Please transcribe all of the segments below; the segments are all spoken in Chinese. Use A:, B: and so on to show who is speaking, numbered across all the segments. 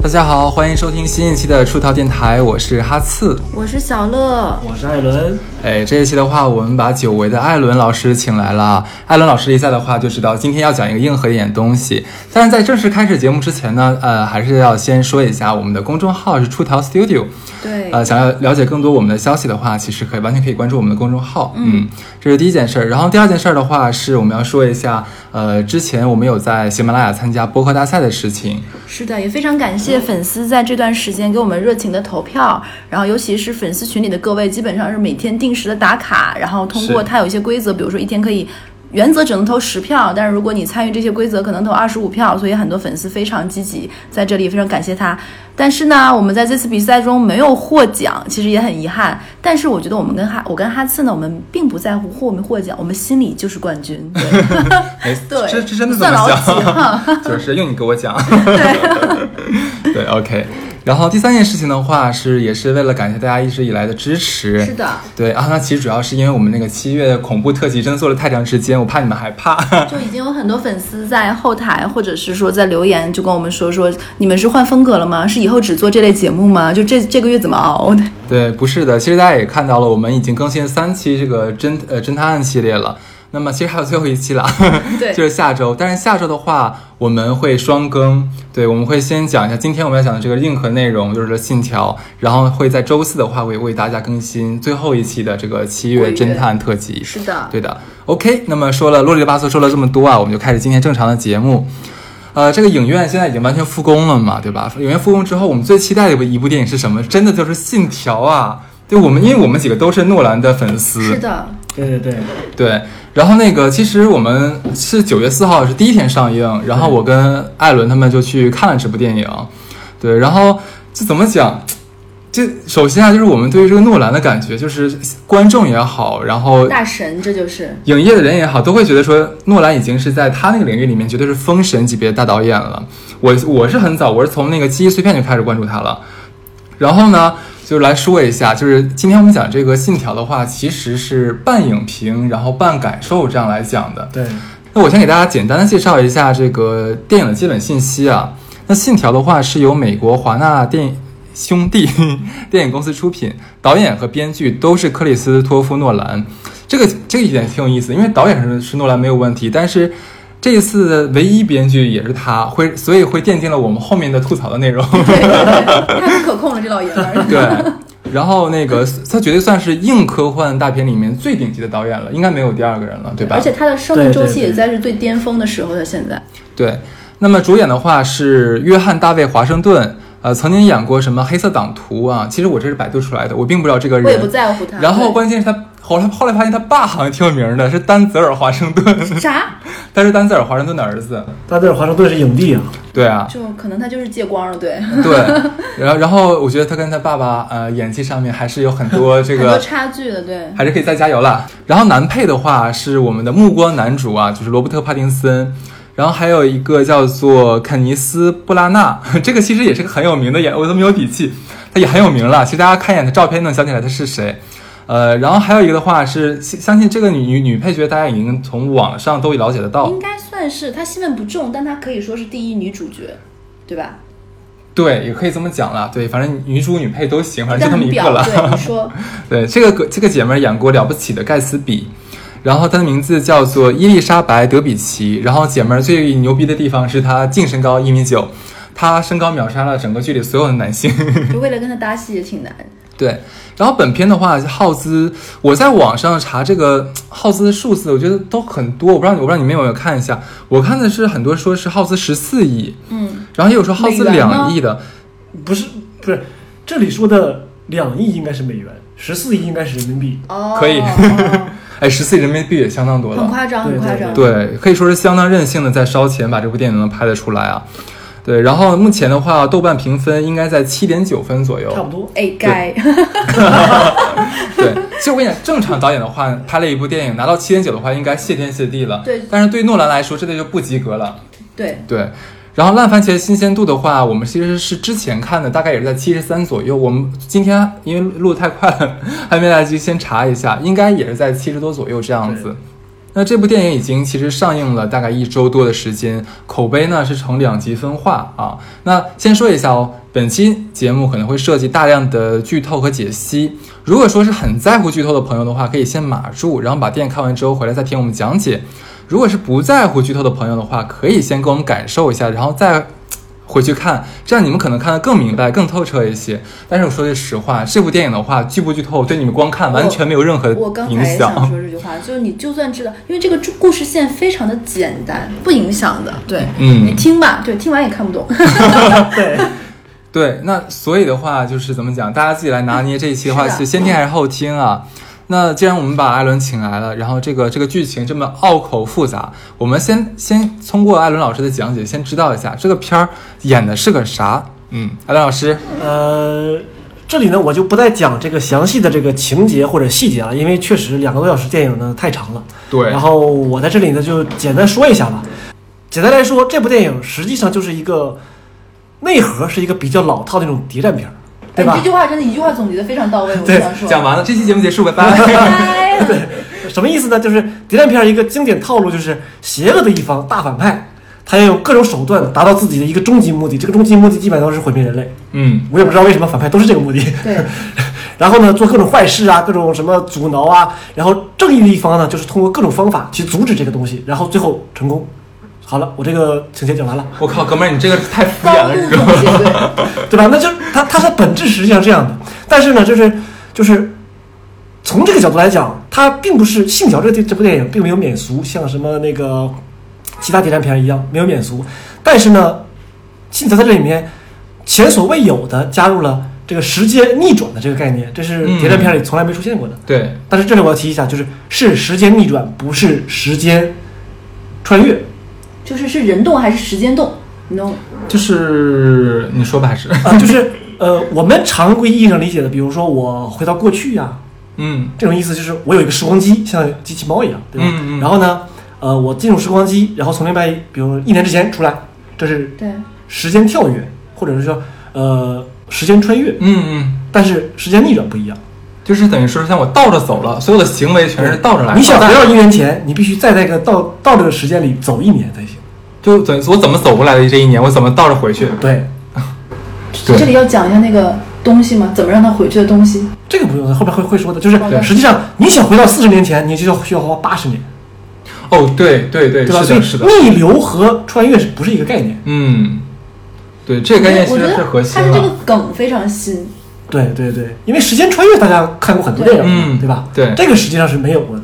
A: 大家好，欢迎收听新一期的出逃电台，我是哈刺。
B: 我是小乐，
C: 我是艾伦，
A: 哎，这一期的话，我们把久违的艾伦老师请来了。艾伦老师一下的话就知道，今天要讲一个硬核一点的东西。但是在正式开始节目之前呢，呃，还是要先说一下我们的公众号是出逃 Studio。
B: 对，
A: 呃，想要了解更多我们的消息的话，其实可以完全可以关注我们的公众号。嗯，这是第一件事儿。然后第二件事儿的话，是我们要说一下，呃，之前我们有在喜马拉雅参加播客大赛的事情。
B: 是的，也非常感谢粉丝在这段时间给我们热情的投票，然后尤其是粉丝群里的各位，基本上是每天定时的打卡，然后通过
A: 是
B: 它有一些规则，比如说一天可以。原则只能投十票，但是如果你参与这些规则，可能投二十五票，所以很多粉丝非常积极，在这里非常感谢他。但是呢，我们在这次比赛中没有获奖，其实也很遗憾。但是我觉得我们跟哈，我跟哈次呢，我们并不在乎获没获奖，我们心里就是冠军。对，
A: 哎，
B: 对
A: 这这真的怎
B: 算
A: 么
B: 老几啊
A: 讲？就是用你给我讲。对， 对，OK。然后第三件事情的话是，也是为了感谢大家一直以来的支持。
B: 是的，
A: 对啊，那其实主要是因为我们那个七月恐怖特辑真的做了太长时间，我怕你们害怕。
B: 就已经有很多粉丝在后台，或者是说在留言，就跟我们说说，你们是换风格了吗？是以后只做这类节目吗？就这这个月怎么熬的？
A: 对，不是的，其实大家也看到了，我们已经更新了三期这个侦呃侦探案系列了。那么其实还有最后一期了，
B: 对
A: 就是下周。但是下周的话，我们会双更，对，我们会先讲一下今天我们要讲的这个硬核内容，就是《信条》，然后会在周四的话会为大家更新最后一期的这个七月
B: 鬼月
A: 侦探特辑。
B: 是的，
A: 对的。OK，那么说了啰里吧嗦说了这么多啊，我们就开始今天正常的节目。呃，这个影院现在已经完全复工了嘛，对吧？影院复工之后，我们最期待的一部电影是什么？真的就是《信条》啊！对我们，因为我们几个都是诺兰的粉丝，
B: 是的，
C: 对对对，
A: 对，然后那个其实我们是九月四号是第一天上映，然后我跟艾伦他们就去看了这部电影，对，然后这怎么讲？这首先啊，就是我们对于这个诺兰的感觉，就是观众也好，然后
B: 大神，这就是
A: 影业的人也好，都会觉得说诺兰已经是在他那个领域里面绝对是封神级别的大导演了。我我是很早，我是从那个《记忆碎片》就开始关注他了。然后呢，就是来说一下，就是今天我们讲这个《信条》的话，其实是半影评，然后半感受这样来讲的。
C: 对，
A: 那我先给大家简单的介绍一下这个电影的基本信息啊。那《信条》的话是由美国华纳电影兄弟 电影公司出品，导演和编剧都是克里斯托夫·诺兰。这个这个一点挺有意思，因为导演是是诺兰没有问题，但是这一次的唯一编剧也是他，会所以会奠定了我们后面的吐槽的内容。
B: 对对对，太不可控了，这老爷 们儿。
A: 对，然后那个他绝对算是硬科幻大片里面最顶级的导演了，应该没有第二个人了，对吧？
B: 而且他的生命
C: 对对
B: 周期也
C: 对
B: 在是最巅峰的时候，他现在
A: 对，那么主演的话是约翰·大卫·华盛顿，呃，曾经演过什么《黑色党徒》啊？其实我这是百度出来的，我并不知道这个人。
B: 我也不在乎他。
A: 然后
B: 对
A: 关键是他后来后来发现他爸好像挺有名的，是丹泽尔·华盛顿，
B: 啥，
A: 他是丹泽尔·华盛顿的儿子。
C: 大卫华盛顿是影帝啊，
A: 对啊，
B: 就可能他就是借光了，对，
A: 对，然后然后我觉得他跟他爸爸呃演技上面还是有很多这
B: 很多
A: 个。
B: 差距的，对，
A: 还是可以再加油啦。然后男配的话是我们的目光男主啊，就是罗伯特·帕丁森。然后还有一个叫做肯尼斯·布拉纳， 这个其实也是个很有名的演，我都没有底气，他也很有名了。其实大家看一眼他照片能想起来他是谁。呃，然后还有一个的话是，相相信这个女女女配角大家已经从网上都了解得到
B: 应，该算是他戏份不重，但他可以说是第一女主角，对吧？
A: 对，也可以这么讲了，对，反正女主女配都行，反正
B: 但
A: 就这么
B: 很
A: 一
B: 表
A: 个了。
B: 对你说，
A: 对，这个这个姐妹儿演过《了不起的盖茨比》，然后她的名字叫做伊丽莎白·德比奇。然后姐妹儿最牛逼的地方是她净身高一米九，她身高秒杀了整个剧里所有的男性。
B: 就为了跟他搭戏也挺难。
A: 对，然后本片的话耗资，我在网上查这个耗资数字，我觉得都很多，我不知道你我不知道你们有没有看一下，我看的是很多说是耗资十四亿，
B: 嗯，
A: 然后也有说耗资
B: 美元吗
A: 两亿的，
C: 不是不是，这里说的两亿应该是美元，十四亿应该是人民币，
B: 哦，
A: 可以
B: 哦
A: 哎，十四亿人民币也相当多了，
B: 很夸张，很夸张。
A: 对，可以说是相当任性的在烧钱把这部电影能拍得出来啊。对，然后目前的话，豆瓣评分应该在七点九分左右。
C: 差不多。
B: 哎，该
A: 对，其实我跟你讲，正常导演的话，拍了一部电影拿到七点九的话，应该谢天谢地了。
B: 对
A: 但是对诺兰来说，这个就不及格了。
B: 对，
A: 对，然后烂番茄新鲜度的话，我们其实是之前看的，大概也是在七十三左右。我们今天因为录得太快了，还没来得及先查一下，应该也是在七十多左右这样子。那这部电影已经其实上映了大概一周多的时间，口碑呢是呈两极分化啊。那先说一下哦，本期节目可能会涉及大量的剧透和解析。如果说是很在乎剧透的朋友的话，可以先码住，然后把电影看完之后回来再听我们讲解。如果是不在乎剧透的朋友的话，可以先跟我们感受一下，然后再回去看，这样你们可能看得更明白、更透彻一些。但是我说句实话，这部电影的话，剧不剧透，对你们光看完全没有任何
B: 我刚
A: 呃影
B: 才也想
A: 响。
B: 说这句话，就是你就算知道，因为这个故事线非常的简单，不影响的。对，
A: 嗯
B: 你听吧，对，听完也看不懂。
C: 对，
A: 对，那所以的话就是怎么讲，大家自己来拿捏这一期的话
B: 是的
A: 是先听还是后听啊？那既然我们把艾伦请来了，然后这个这个剧情这么拗口复杂，我们先先通过艾伦老师的讲解，先知道一下这个片儿演的是个啥。嗯，艾伦老师，
C: 呃，这里呢，我就不再讲这个详细的这个情节或者细节了，因为确实两个多小时电影呢太长了。
A: 对
C: 然后我在这里呢就简单说一下吧。简单来说，这部电影实际上就是一个内核是一个比较老套的那种谍战片儿，
B: 哎
C: 对
B: 你
C: 吧
B: 这句？话真的一句话总结的非常到位，我就
C: 对
B: 想说。
A: 讲完了，这期节目结束，拜拜。
B: 哎呀
C: 什么意思呢？就是谍战片儿一个经典套路就是邪恶的一方大反派，他要用各种手段达到自己的一个终极目的，这个终极目的基本上都是毁灭人类。
A: 嗯，
C: 我也不知道为什么反派都是这个目的。
B: 对，
C: 然后呢，做各种坏事啊，各种什么阻挠啊，然后正义的一方呢，就是通过各种方法去阻止这个东西，然后最后成功。好了，我这个情节讲完了，
A: 我靠，哥们儿，你这个太敷衍
B: 高
A: 了，
B: 度
A: 你
B: 总 结，对，
C: 对吧？那就是它它的本质实际上是这样的，但是呢，就是就是从这个角度来讲，它并不是《信条》这个电这部电影并没有免俗，像什么那个其他谍战片一样没有免俗，但是呢，《信条》在这里面前所未有的加入了这个时间逆转的这个概念，这是谍战片里从来没出现过的。
A: 对，
C: 但是这里我要提一下，就是是时间逆转，不是时间穿越。
B: 就是是人动还是时间动？你懂？
A: 就是你说吧， 还是
C: 啊、就是呃，我们常规意义上理解的，比如说我回到过去啊呀、
A: 嗯
C: 这种意思就是我有一个时光机，像机器猫一样，对吧？
A: 嗯嗯
C: 然后呢，呃，我进入时光机，然后从另外一，比如一年之前出来，这是
B: 对，
C: 时间跳跃，或者是说呃时间穿越，
A: 嗯嗯，
C: 但是时间逆转不一样。
A: 就是等于说像我倒着走了，所有的行为全是倒着来的。
C: 你想回到一年前，你必须再在一个倒倒这个时间里走一年才行。
A: 就怎我怎么走过来的这一年，我怎么倒着回去？
C: 对，
A: 对
B: 这里要讲一下那个东西吗？怎么让他回去的东西？
C: 这个不用，后面会会说的。就是
B: 对
C: 实际上你想回到四十年前，你就要需要花八十年，
A: 哦，对对对，
C: 对吧？
A: 是的，是的
C: 所，以逆流和穿越是不是一个概念？
A: 嗯，对，这个概念其
B: 我觉
A: 实
B: 得
A: 是核心啊
B: 他是这个
A: 了。
B: 梗非常新，
C: 对对对，因为时间穿越大家看过很多电影，
A: 对嗯
C: 对吧？
A: 对
C: 这个实际上是没有过的。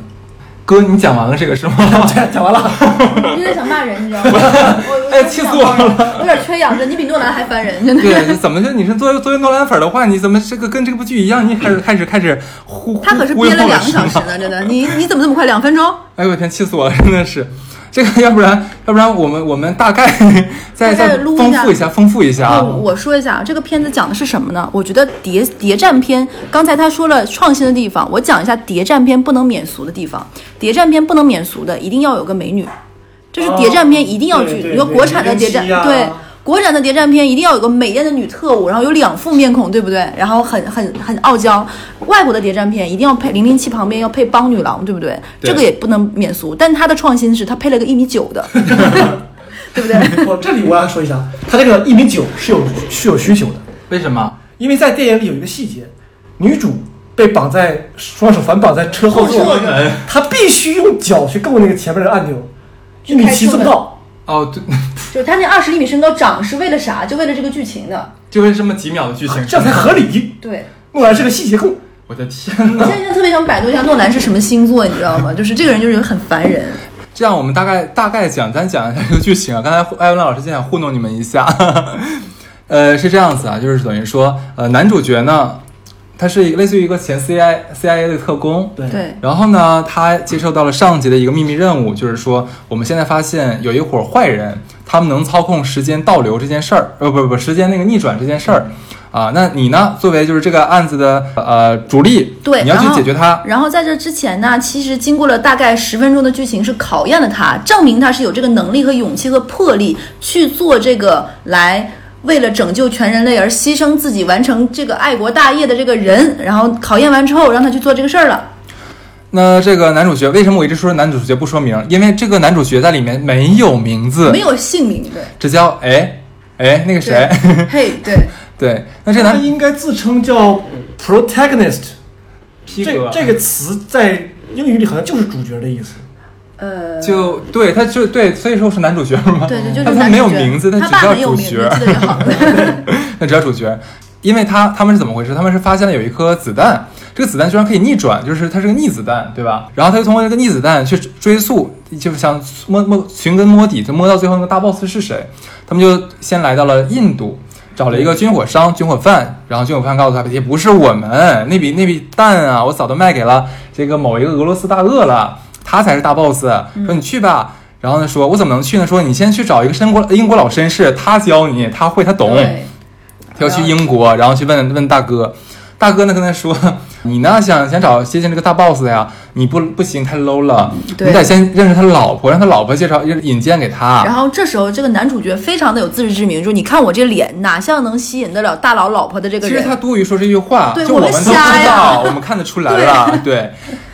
A: 哥，你讲完了这个是吗？
C: 讲讲完了，
B: 我就在想骂人，你知道吗？我我
A: 哎气死我
B: 了！有点缺氧，真的，你比诺兰还烦人，真的。
A: 对，怎么就你是作为作为诺兰粉儿的话，你怎么这个跟这个部剧一样？你开始开始开始忽忽
B: 他可是
A: 忽悠
B: 憋了
A: 我
B: 两个
A: 是
B: 小
A: 吗
B: 时呢，真的。你你怎么这么快？两分钟？
A: 哎呦我天，气死我了，真的是。这个要不然，要不然我们我们大 概再
B: 大概
A: 再
B: 撸一
A: 丰
B: 下
A: 富一下，丰富一下
B: 那
A: 啊。
B: 我说一下啊，这个片子讲的是什么呢？我觉得谍谍战片，刚才他说了创新的地方，我讲一下谍战片不能免俗的地方。谍战片不能免俗的，一定要有个美女，这是谍战片一定要去。
C: 哦对对
B: 你说国产的谍战，
C: 对零零七啊
B: 对国产的谍战片一定要有个美艳的女特务，然后有两副面孔，对不对？然后很很很傲娇。外国的谍战片一定要配零零七旁边要配邦女郎，对不对？
A: 对
B: 这个也不能免俗。但他的创新是他配了个一米九 的，对不对？
C: 我这里我要说一下，啊他这个一米九是有是有需求的，
A: 为什么？
C: 因为在电影里有一个细节，女主被绑在双手反绑在车后
B: 后
C: 座
A: 座哎门，
C: 她必须用脚去够那个前面的按钮，一米
B: 开
C: 七
B: 车
C: 做不
B: 门
C: 到。
A: 哦，对，
B: 就是他那二十厘米身高长是为了啥？就为了这个剧情的。
A: 就是这么几秒的剧情，
C: 这样才合理。
B: 对，
C: 诺兰是个细节控，
A: 我的天
B: 我
A: 呐！
B: 现在就特别想百度一下诺兰是什么星座，你知道吗？就是这个人就是很烦人。
A: 这样我们大概大概简单讲一下这个剧情啊。刚才艾文老师就想糊弄你们一下， 呃，是这样子啊，就是等于说，呃，男主角呢，他是一个类似于一个前 CIA CIA 的特工，
C: 对
B: 对，
A: 然后呢，他接受到了上级的一个秘密任务，就是说我们现在发现有一伙坏人，他们能操控时间倒流这件事儿，呃，不不不，时间那个逆转这件事儿。啊，那你呢？作为就是这个案子的呃主力，
B: 对
A: 你要去
B: 然后
A: 解决它。
B: 然后在这之前呢，其实经过了大概十分钟的剧情，是考验了他，证明他是有这个能力和勇气和魄力去做这个来。为了拯救全人类而牺牲自己完成这个爱国大业的这个人，然后考验完之后让他去做这个事儿了。
A: 那这个男主角为什么我一直说男主角不说名？因为这个男主角在里面没有名字，
B: 没有姓名，对，
A: 只叫哎哎那个谁，
B: 对嘿，对，哎
A: 对，那这
C: 他
A: 男
C: 应该自称叫 protagonist，
A: 皮
C: 这这个词在英语里好像就是主角的意思。
B: 呃，
A: 就对，他就对，所以说是男主角嘛，
B: 对对，就是
A: 但他
B: 男主
A: 没有
B: 角
A: 名字，
B: 他
A: 只
B: 爸
A: 叫
B: 很有
A: 主
B: 名，
A: 角
B: 你，记得 就好。
A: 那只叫主角。因为他他们是怎么回事？他们是发现了有一颗子弹，这个子弹居然可以逆转，就是它是个逆子弹，对吧？然后他就通过这个逆子弹去追溯，就是想摸摸寻根摸底，就摸到最后那个大 boss 是谁。他们就先来到了印度，找了一个军火商、军火贩，然后军火贩告诉他，也不是我们那笔那笔弹啊，我早都卖给了这个某一个俄罗斯大鳄了，他才是大 boss。说你去吧。然后呢，说我怎么能去呢？说你先去找一个英国英国老绅士，他教你，他会，他懂。
B: 对，
A: 他要去英国，然后去问问大哥，大哥呢跟他说， 你呢想想找接近这个大 boss 呀，你不不行，太 low 了，
B: 对
A: 你得先认识他老婆，让他老婆介绍引荐给
B: 然
A: 他。
B: 后这时候这个男主角非常的有自知之明，说你看我这脸，哪像能吸引得了大佬老婆的这个
A: 其实
B: 人
A: 他？多余说这句话，
B: 对
A: 就
B: 我
A: 们
B: 们
A: 都知
B: 瞎呀
A: 道，我们看得出来了， 对。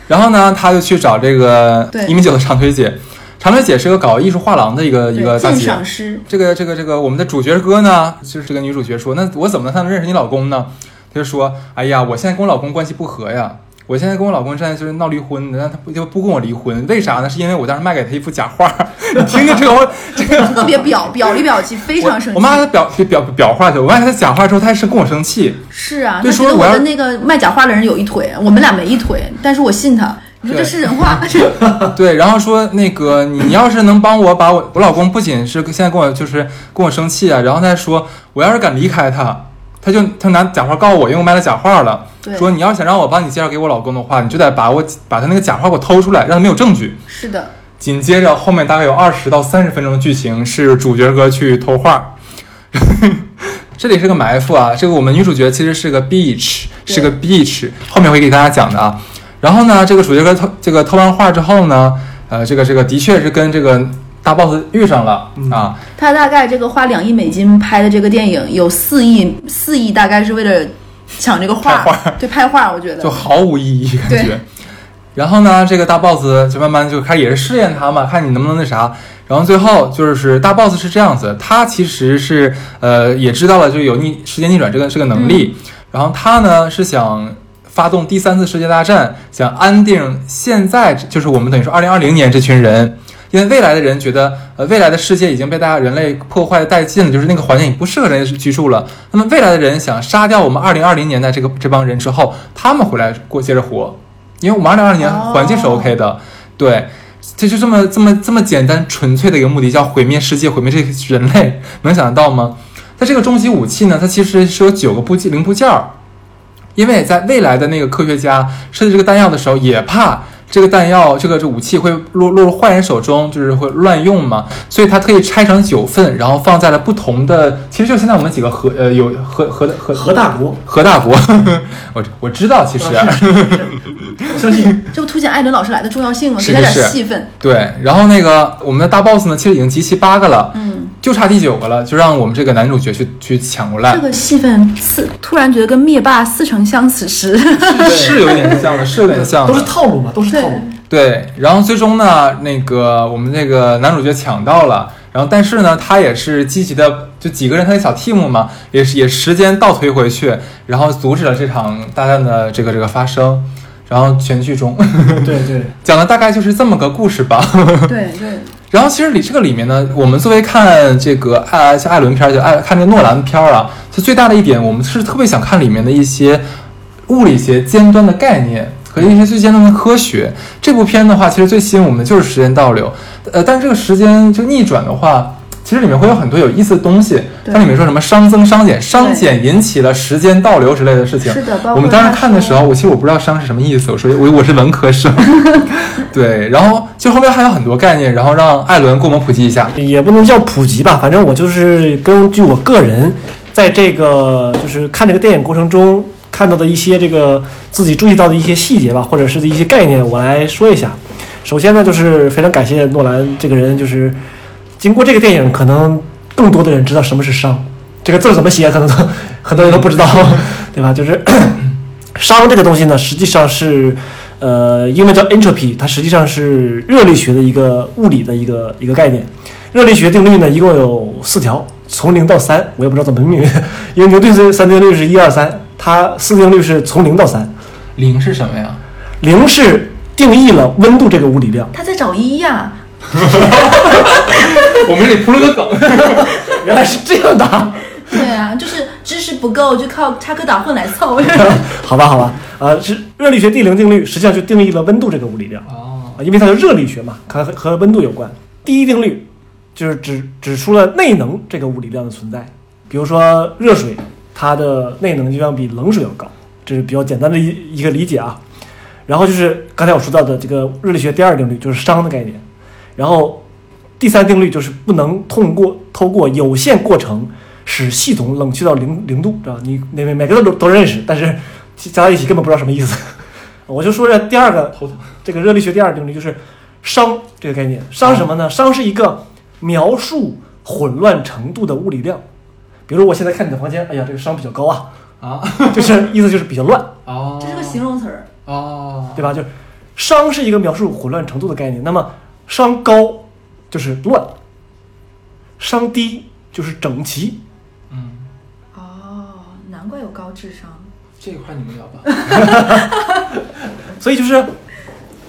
A: 然后呢，他就去找这个
B: 对
A: 一米九的长腿姐，长腿姐是个搞艺术画廊的一个一个
B: 对，
A: 大
B: 鉴
A: 姐，
B: 赏师，
A: 这个这个这个，我们的主角哥呢，就是这个女主角说，那我怎么才能认识你老公呢？他就说，哎呀，我现在跟我老公关系不和呀，我现在跟我老公现在就是闹离婚的，但他不就不跟我离婚，为啥呢？是因为我当时卖给他一幅假 画，你听听这个我这个。
B: 特别表表里表气，非常生
A: 我
B: 气。
A: 妈表表表画去，我卖给他假画之后，她还是跟我生气，
B: 是啊，
A: 就
B: 他
A: 说
B: 觉得
A: 我
B: 我
A: 要
B: 的那个卖假画的人有一腿，我们俩没一腿，但是我信他。你说 这
A: 对
B: 是人话？
A: 对，然后说那个你要是能帮我把我我老公不仅是现在跟我就是跟我生气啊，然后他还说我要是敢离开他，他就他拿假画告我，因为我卖了假画了
B: 对，
A: 说你要想让我帮你介绍给我老公的话，你就得把我把他那个假画给我偷出来，让他没有证据。
B: 是的，
A: 紧接着后面大概有二十到三十分钟的剧情是主角哥去偷画， 这里是个埋伏啊。这个我们女主角其实是个 beach，
B: 对
A: 是个 beach，后面会给大家讲的啊。然后呢，这个主角哥偷这个偷完画之后呢，呃，这个这个的确是跟这个大 boss 遇上了、啊。
B: 他大概这个花两亿美金拍的这个电影，有四亿四亿大概是为了抢这个画，
A: 拍画
B: 对拍画，我觉得
A: 就毫无意义感觉
B: 对。
A: 然后呢，这个大 boss 就慢慢就开始也是试验他嘛，看你能不能那啥。然后最后就是大 boss 是这样子，他其实是呃也知道了就有逆时间逆转这个这个能
B: 嗯
A: 力，然后他呢是想发动第三次世界大战，想安定现在就是我们等于说二零二零年这群人。因为未来的人觉得，呃，未来的世界已经被大家人类破坏殆尽了，就是那个环境已不适合人类居住了。那么未来的人想杀掉我们二零二零年代这个这帮人之后，他们回来过接着活，因为我们二零二零年
B: 哦
A: 环境是 OK 的，对，这就这么这么这么简单纯粹的一个目的，叫毁灭世界，毁灭这个人类，能想得到吗？它这个终极武器呢，它其实是有九个部件零部件儿，因为在未来的那个科学家设计这个弹药的时候，也怕这个弹药这个这武器会落落入坏人手中，就是会乱用嘛，所以他特意拆成九份，然后放在了不同的，其实就现在我们几个核呃有核核的核
C: 何大国，
A: 核大国，我我知道其实。
C: 相信
B: 这不凸显艾伦老师来的重要性吗？
A: 是
B: 给他点
A: 是是
B: 戏份。
A: 对，然后那个我们的大 boss 呢，其实已经集齐八个了，
B: 嗯，
A: 就差第九个了，就让我们这个男主角去去抢过来
B: 这，个戏份似突然觉得跟灭霸似曾相 识。
A: 是是有点像的，是有点像
C: 都是
A: 的。
C: 套路嘛，都是套路
B: 对。
A: 对，然后最终呢，那个我们这个男主角抢到了，然后但是呢，他也是积极的，就几个人他的小 team 嘛，也是也时间倒推回去，然后阻止了这场大战的这个这个发生，然后全剧终
C: 对对，
A: 讲的大概就是这么个故事吧。
B: 对对，
A: 然后其实里这个里面呢，我们作为看这个艾像艾伦片儿，就艾看这个诺兰片儿啊，就最大的一点，我们是特别想看里面的一些物理学尖端的概念和一些最尖端的科学。这部片的话，其实最吸引我们的就是时间倒流，呃，但这个时间就逆转的话。其实里面会有很多有意思的东西，
B: 对
A: 它里面说什么熵增熵减，熵减引起了时间倒流之类的事情。
B: 是的包括
A: 我们当时
B: 他
A: 看的时候，
B: 说
A: 我其实我不知道熵是什么意思，我说我我是文科生，对，然后就后面还有很多概念，然后让艾伦给我们普及一下。
C: 也不能叫普及吧，反正我就是根据我个人在这个就是看这个电影过程中看到的一些这个自己注意到的一些细节吧，或者是一些概念，我来说一下。首先呢，就是非常感谢诺兰这个人，就是经过这个电影，可能更多的人知道什么是熵，这个字儿怎么写，可能都 很多人都不知道，对吧？就是熵这个东西呢，实际上是呃，英文叫 entropy，它实际上是热力学的一个物理的一个一个概念。热力学定律呢，一共有四条，从零到三，我也不知道怎么命名， 因为牛顿是三定律是一二三，它四定律是从零到三，
A: 零是什么呀？
C: 零是定义了温度这个物理量，
B: 他在找一啊呀、
A: 我们这里铺了个梗。
C: 原来是这样的啊。
B: 对啊，就是知识不够，就靠插科打诨来凑。
C: 好吧，好吧，呃，是热力学第零定律，实际上就定义了温度这个物理量啊，
A: 哦，
C: 因为它是热力学嘛，它和和温度有关。第一定律就是指指出了内能这个物理量的存在，比如说热水，它的内能就要比冷水要高，这是比较简单的一一个理解啊。然后就是刚才我说到的这个热力学第二定律，就是熵的概念。然后第三定律就是不能通过透过有限过程使系统冷却到零零度，知道吧你那每每个都都认识，但是加在一起根本不知道什么意思。 我就说这第二个
A: 头疼。
C: 这个热力学第二定律就是熵这个概念。熵什么呢？熵是一个描述混乱程度的物理量。比如我现在看你的房间，哎呀，这个熵比较高啊，
A: 啊，
C: 就是意思就是比较乱，
A: 哦，
B: 这是个形容词儿，
A: 哦，
C: 对吧？就是熵是一个描述混乱程度的概念。那么熵高就是乱，熵低就是整齐。
A: 嗯，
B: 哦，难怪有高智商。
A: 这一块你们聊吧。
C: 所以就是人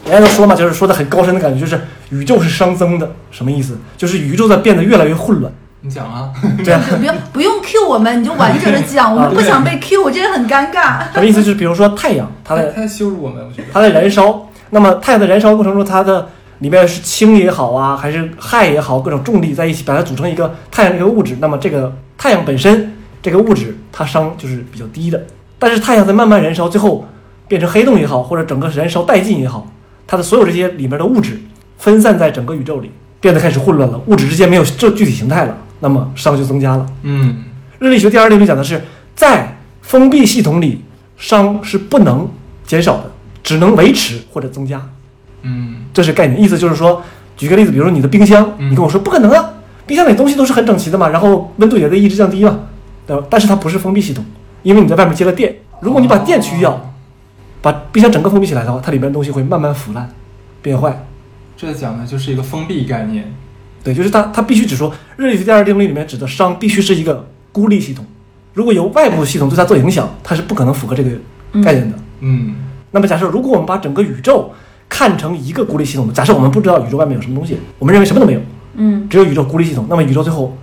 C: 家都说嘛，就是说的很高深的感觉，就是宇宙是熵增的，什么意思？就是宇宙在变得越来越混乱。
A: 你讲 啊，
C: 对啊，
B: 不用不用 Q 我们，你就完整的讲，我们不想被 Q，这个很尴尬。
C: 什么意思？就是比如说太阳，它的
A: 太羞辱我们，我觉得。
C: 它在燃烧。那么太阳在燃烧过程中，它的里面是氢也好啊，还是氦也好，各种重力在一起把它组成一个太阳这个物质。那么这个太阳本身这个物质，它熵就是比较低的。但是太阳在慢慢燃烧，最后变成黑洞也好，或者整个燃烧殆尽也好，它的所有这些里面的物质分散在整个宇宙里，变得开始混乱了，物质之间没有这具体形态了，那么熵就增加了。
A: 嗯，
C: 热力学第二定律讲的是，在封闭系统里，熵是不能减少的，只能维持或者增加，
A: 嗯，
C: 这是概念。意思就是说，举个例子，比如说你的冰箱，
A: 嗯
C: 你跟我说不可能啊，冰箱里东西都是很整齐的嘛，然后温度也在一直降低嘛，对吧？但是它不是封闭系统，因为你在外面接了电，如果你把电去掉，把冰箱整个封闭起来的话，它里面的东西会慢慢腐烂，变坏。
A: 这讲的就是一个封闭概念。
C: 对，就是它它必须指出热力学第二定律里面指的熵必须是一个孤立系统，如果由外部系统对它做影响，它是不可能符合这个概念的。
A: 嗯，
C: 那么假设如果我们把整个宇宙看成一个孤立系统的，假设我们不知道宇宙外面有什么东西，我们认为什么都没有，
B: 嗯，
C: 只有宇宙孤立系统，那么宇宙最后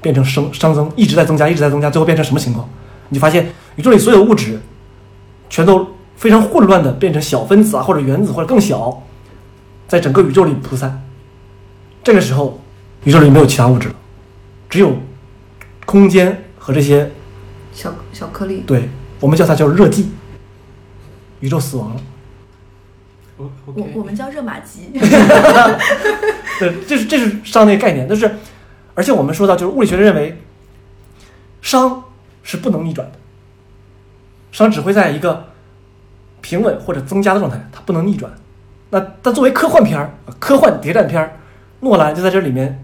C: 变成熵熵增，一直在增加，一直在增加，最后变成什么情况？你发现宇宙里所有物质全都非常混乱的变成小分子啊，或者原子或者更小，在整个宇宙里铺散。这个时候，宇宙里没有其他物质了，只有空间和这些
B: 小小颗粒，
C: 对我们叫它叫热寂，宇宙死亡了。
A: 我
B: 我我们叫热玛吉。
C: 对，这是这是熵那个概念，但是而且我们说到，就是物理学认为，熵是不能逆转的，熵只会在一个平稳或者增加的状态，它不能逆转。那但作为科幻片儿、呃科幻谍战片儿，诺兰就在这里面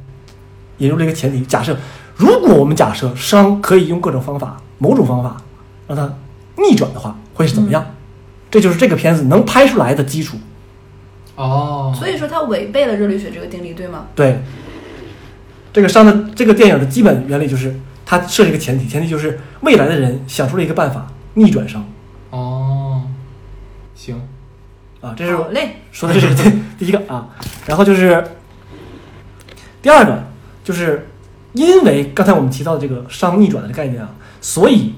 C: 引入了一个前提：假设如果我们假设熵可以用各种方法、某种方法让它逆转的话，会是怎么样？这就是这个片子能拍出来的基础。
A: 哦，
B: 所以说它违背了热力学这个定律，对吗？
C: 对，这个商的这个电影的基本原理就是，它设置一个前提，前提就是未来的人想出了一个办法逆转商
A: 哦，行，
C: 啊，这是
B: 好嘞，
C: 说的这是第 第一个啊，然后就是第二个，就是因为刚才我们提到的这个商逆转的概念啊，所以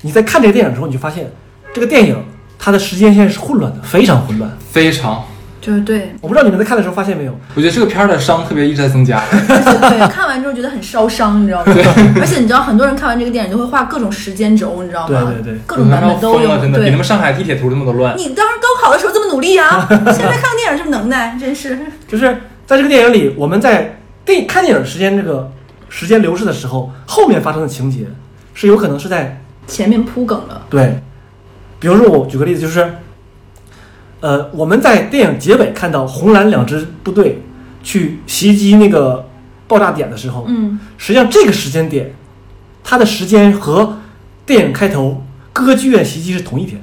C: 你在看这个电影的时候，你就发现这个电影它的时间线是混乱的，非常混乱。
A: 非常。
B: 就是对，
C: 我不知道你们在看的时候发现没有，
A: 我觉得这个片儿的伤特别一直在增加。
B: 而且对，看完之后觉得很烧伤，你知道吗？而且你知道，很多人看完这个电影就会画各种时间轴，你知道吗？
C: 对对对
B: 各种版本都
A: 我他妈要疯
B: 有
A: 了，。真的比他
B: 对
A: 们，上海地铁图那么多乱。
B: 你当时高考的时候这么努力 啊，现在看个电影这么能耐，真是。
C: 就是在这个电影里，我们在电看电影时间这个时间流逝的时候，后面发生的情节是有可能是在
B: 前面铺梗了，
C: 对，比如说我举个例子，就是呃，我们在电影结尾看到红蓝两支部队去袭击那个爆炸点的时候，
B: 嗯，
C: 实际上这个时间点，它的时间和电影开头歌剧院袭击是同一天，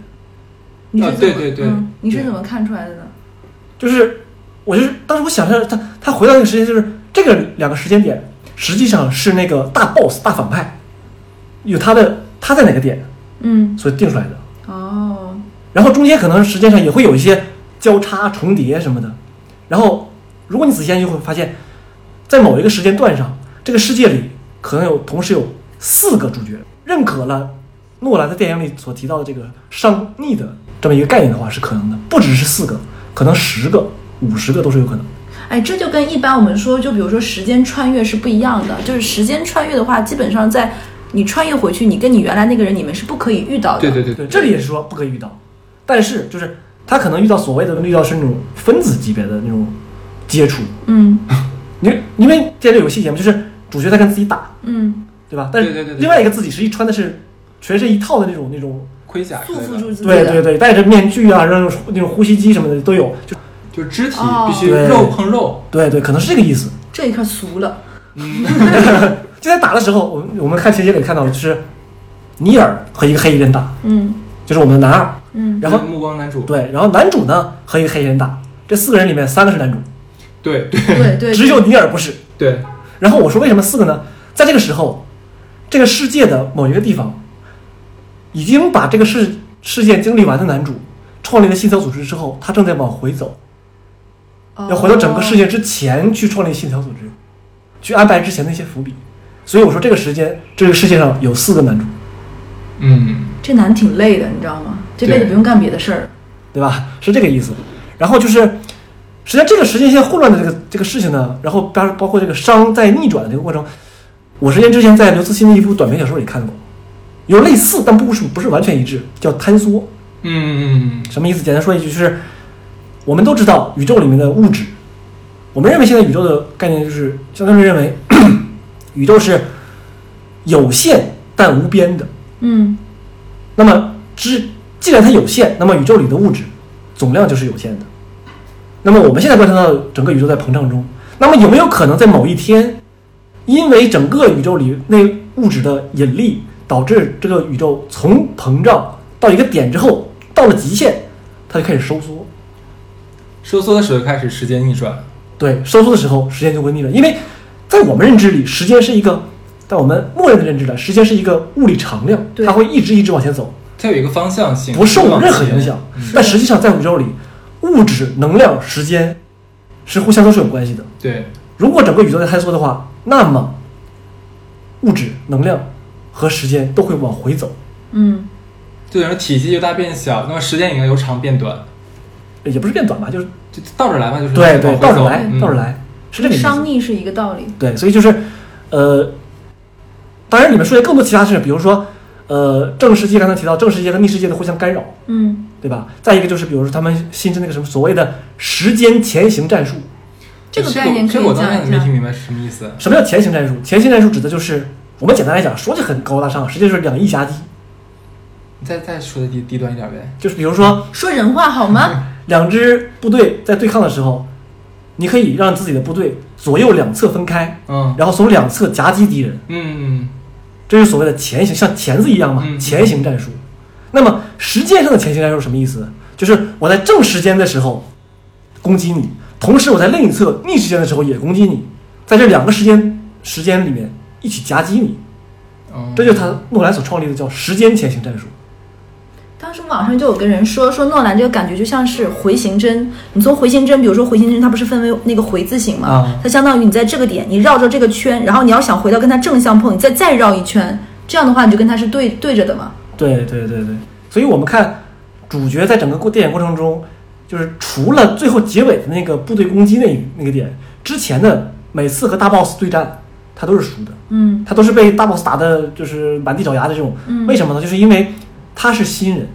B: 你是
A: 啊
B: 怎么、
A: 对对对
B: 嗯，你是怎么看出来的呢？
C: 就是我就是当时我想象他他回到那个时间，就是这个两个时间点，实际上是那个大 boss 大反派有他的他在哪个点，
B: 嗯，
C: 所以定出来的。
B: 哦，
C: 然后中间可能时间上也会有一些交叉重叠什么的。然后如果你仔细研究，会发现，在某一个时间段上，这个世界里可能有同时有四个主角。认可了诺兰的电影里所提到的这个上逆的这么一个概念的话，是可能的，不只是四个，可能十个、五十个都是有可能。
B: 哎，这就跟一般我们说，就比如说时间穿越是不一样的。就是时间穿越的话，基本上在你穿越回去，你跟你原来那个人，你们是不可以遇到的。
A: 对对对
C: 对，这里也是说不可以遇到，但是就是他可能遇到所谓的遇到是那种分子级别的那种接触。
B: 嗯
C: 因为因为这类游戏节目就是主角在跟自己打，
B: 嗯，
C: 对吧？但
A: 对对
C: 是
A: 对对
C: 另外一个自己实际穿的是全身一套的那种那种，
A: 盔甲之
B: 束
A: 类
B: 缚
A: 的
B: 住自己
C: 对
B: 的。
C: 对对，戴着面具啊，然后那种呼吸机什么的都有，就
A: 就肢体
B: 哦
A: 必须
C: 对
A: 肉碰肉，
C: 对对，可能是这个意思。
B: 这一刻俗了。
C: 就在打的时候，我们我们看情节里看到的就是尼尔和一个黑衣人打，
B: 嗯
C: 就是我们的男二，
B: 嗯
C: 然后
A: 目光男主，
C: 对，然后男主呢和一个黑衣人打，这四个人里面三个是男主，
A: 对对
B: 对对 对，
C: 只有尼尔不是。
A: 对，
C: 然后我说为什么四个呢？在这个时候，这个世界的某一个地方，已经把这个事事件经历完的男主创立了信条组织之后，他正在往回走，
B: 哦
C: 要回到整个事件之前去创立信条组织，去安排之前的一些伏笔。所以我说这个时间，这个世界上有四个男主，
A: 嗯，
B: 这男的挺累的，你知道吗？这辈子
A: 对
B: 不用干别的事儿。
C: 对吧？是这个意思。然后就是，实际上这个时间线混乱的这个这个事情呢，然后包包括这个商在逆转的这个过程，我时间之前在刘慈欣的一部短篇小说里看过，有类似但不是不是完全一致，叫坍缩。
A: 嗯，
C: 什么意思？简单说一句，就是我们都知道宇宙里面的物质，我们认为现在宇宙的概念就是相当于认为 宇宙是有限但无边的。
B: 嗯
C: 那么之既然它有限，那么宇宙里的物质总量就是有限的。那么我们现在观察到整个宇宙在膨胀中，那么有没有可能在某一天，因为整个宇宙里那物质的引力，导致这个宇宙从膨胀到一个点之后，到了极限，它就开始收缩？
A: 收缩的时候开始时间逆转，
C: 对，收缩的时候时间就会逆转，因为在我们认知里，时间是一个，在我们默认的认知里，时间是一个物理常量，
B: 对
C: 它会一直一直往前走。
A: 它有一个方向性，
C: 不受
A: 往
C: 任何
A: 前
C: 影响。
A: 嗯
C: 但实际上，在宇宙里，物质、能量、时间是互相都是有关系的。
A: 对，
C: 如果整个宇宙在坍缩的话，那么物质、能量和时间都会往回走，
B: 嗯
A: 就等于体积由大变小，那么时间也由长变短，
C: 呃也不是变短吧，就是
A: 就倒着来嘛，就是
C: 对对，
A: 嗯往
C: 倒
A: 回
C: 着
A: 走
C: 来，
A: 嗯
C: 倒着来，是这个意思。
B: 商逆是一个道理。
C: 对，所以就是，呃，当然里面说些更多其他事，比如说，呃，正世界刚才提到正世界和逆世界的互相干扰，
B: 嗯
C: 对吧？再一个就是，比如说他们新增那个什么所谓的时间前行战术，
B: 这个
A: 我
B: 概念可以
A: 这个我当
B: 讲
A: 然
B: 一
A: 没
B: 下
A: 听明白是什么意思，
C: 什么叫前行战术？前行战术指的就是我们简单来讲，说就很高大上，实际就是两翼夹击。
A: 你再再说的低低端一点呗，
C: 就是比如说，
B: 说人话好
C: 嗯
B: 吗？
C: 两支部队在对抗的时候，你可以让自己的部队左右两侧分开，
A: 嗯
C: 然后从两侧夹击敌人，
A: 嗯
C: 这就是所谓的前行，像钳子一样嘛，
A: 嗯
C: 前行战术。那么实践上的前行战术是什么意思？就是我在正时间的时候攻击你，同时我在另一侧逆时间的时候也攻击你，在这两个时间时间里面一起夹击你，
A: 嗯，
C: 这就是他诺兰所创立的叫时间前行战术。
B: 当时网上就有个人说，说诺兰这个感觉就像是回形针。你从回形针，比如说回形针，它不是分为那个回字形吗？
C: 啊
B: 它相当于你在这个点，你绕着这个圈，然后你要想回到跟它正相碰，你再再绕一圈，这样的话你就跟它是对对着的嘛。
C: 对对对对，所以我们看主角在整个过电影过程中，就是除了最后结尾的那个部队攻击那一那个点之前的每次和大 boss 对战，他都是输的，
B: 嗯
C: 他都是被大 boss 打的，就是满地找牙的这种。
B: 嗯
C: 为什么呢？就是因为他是新人，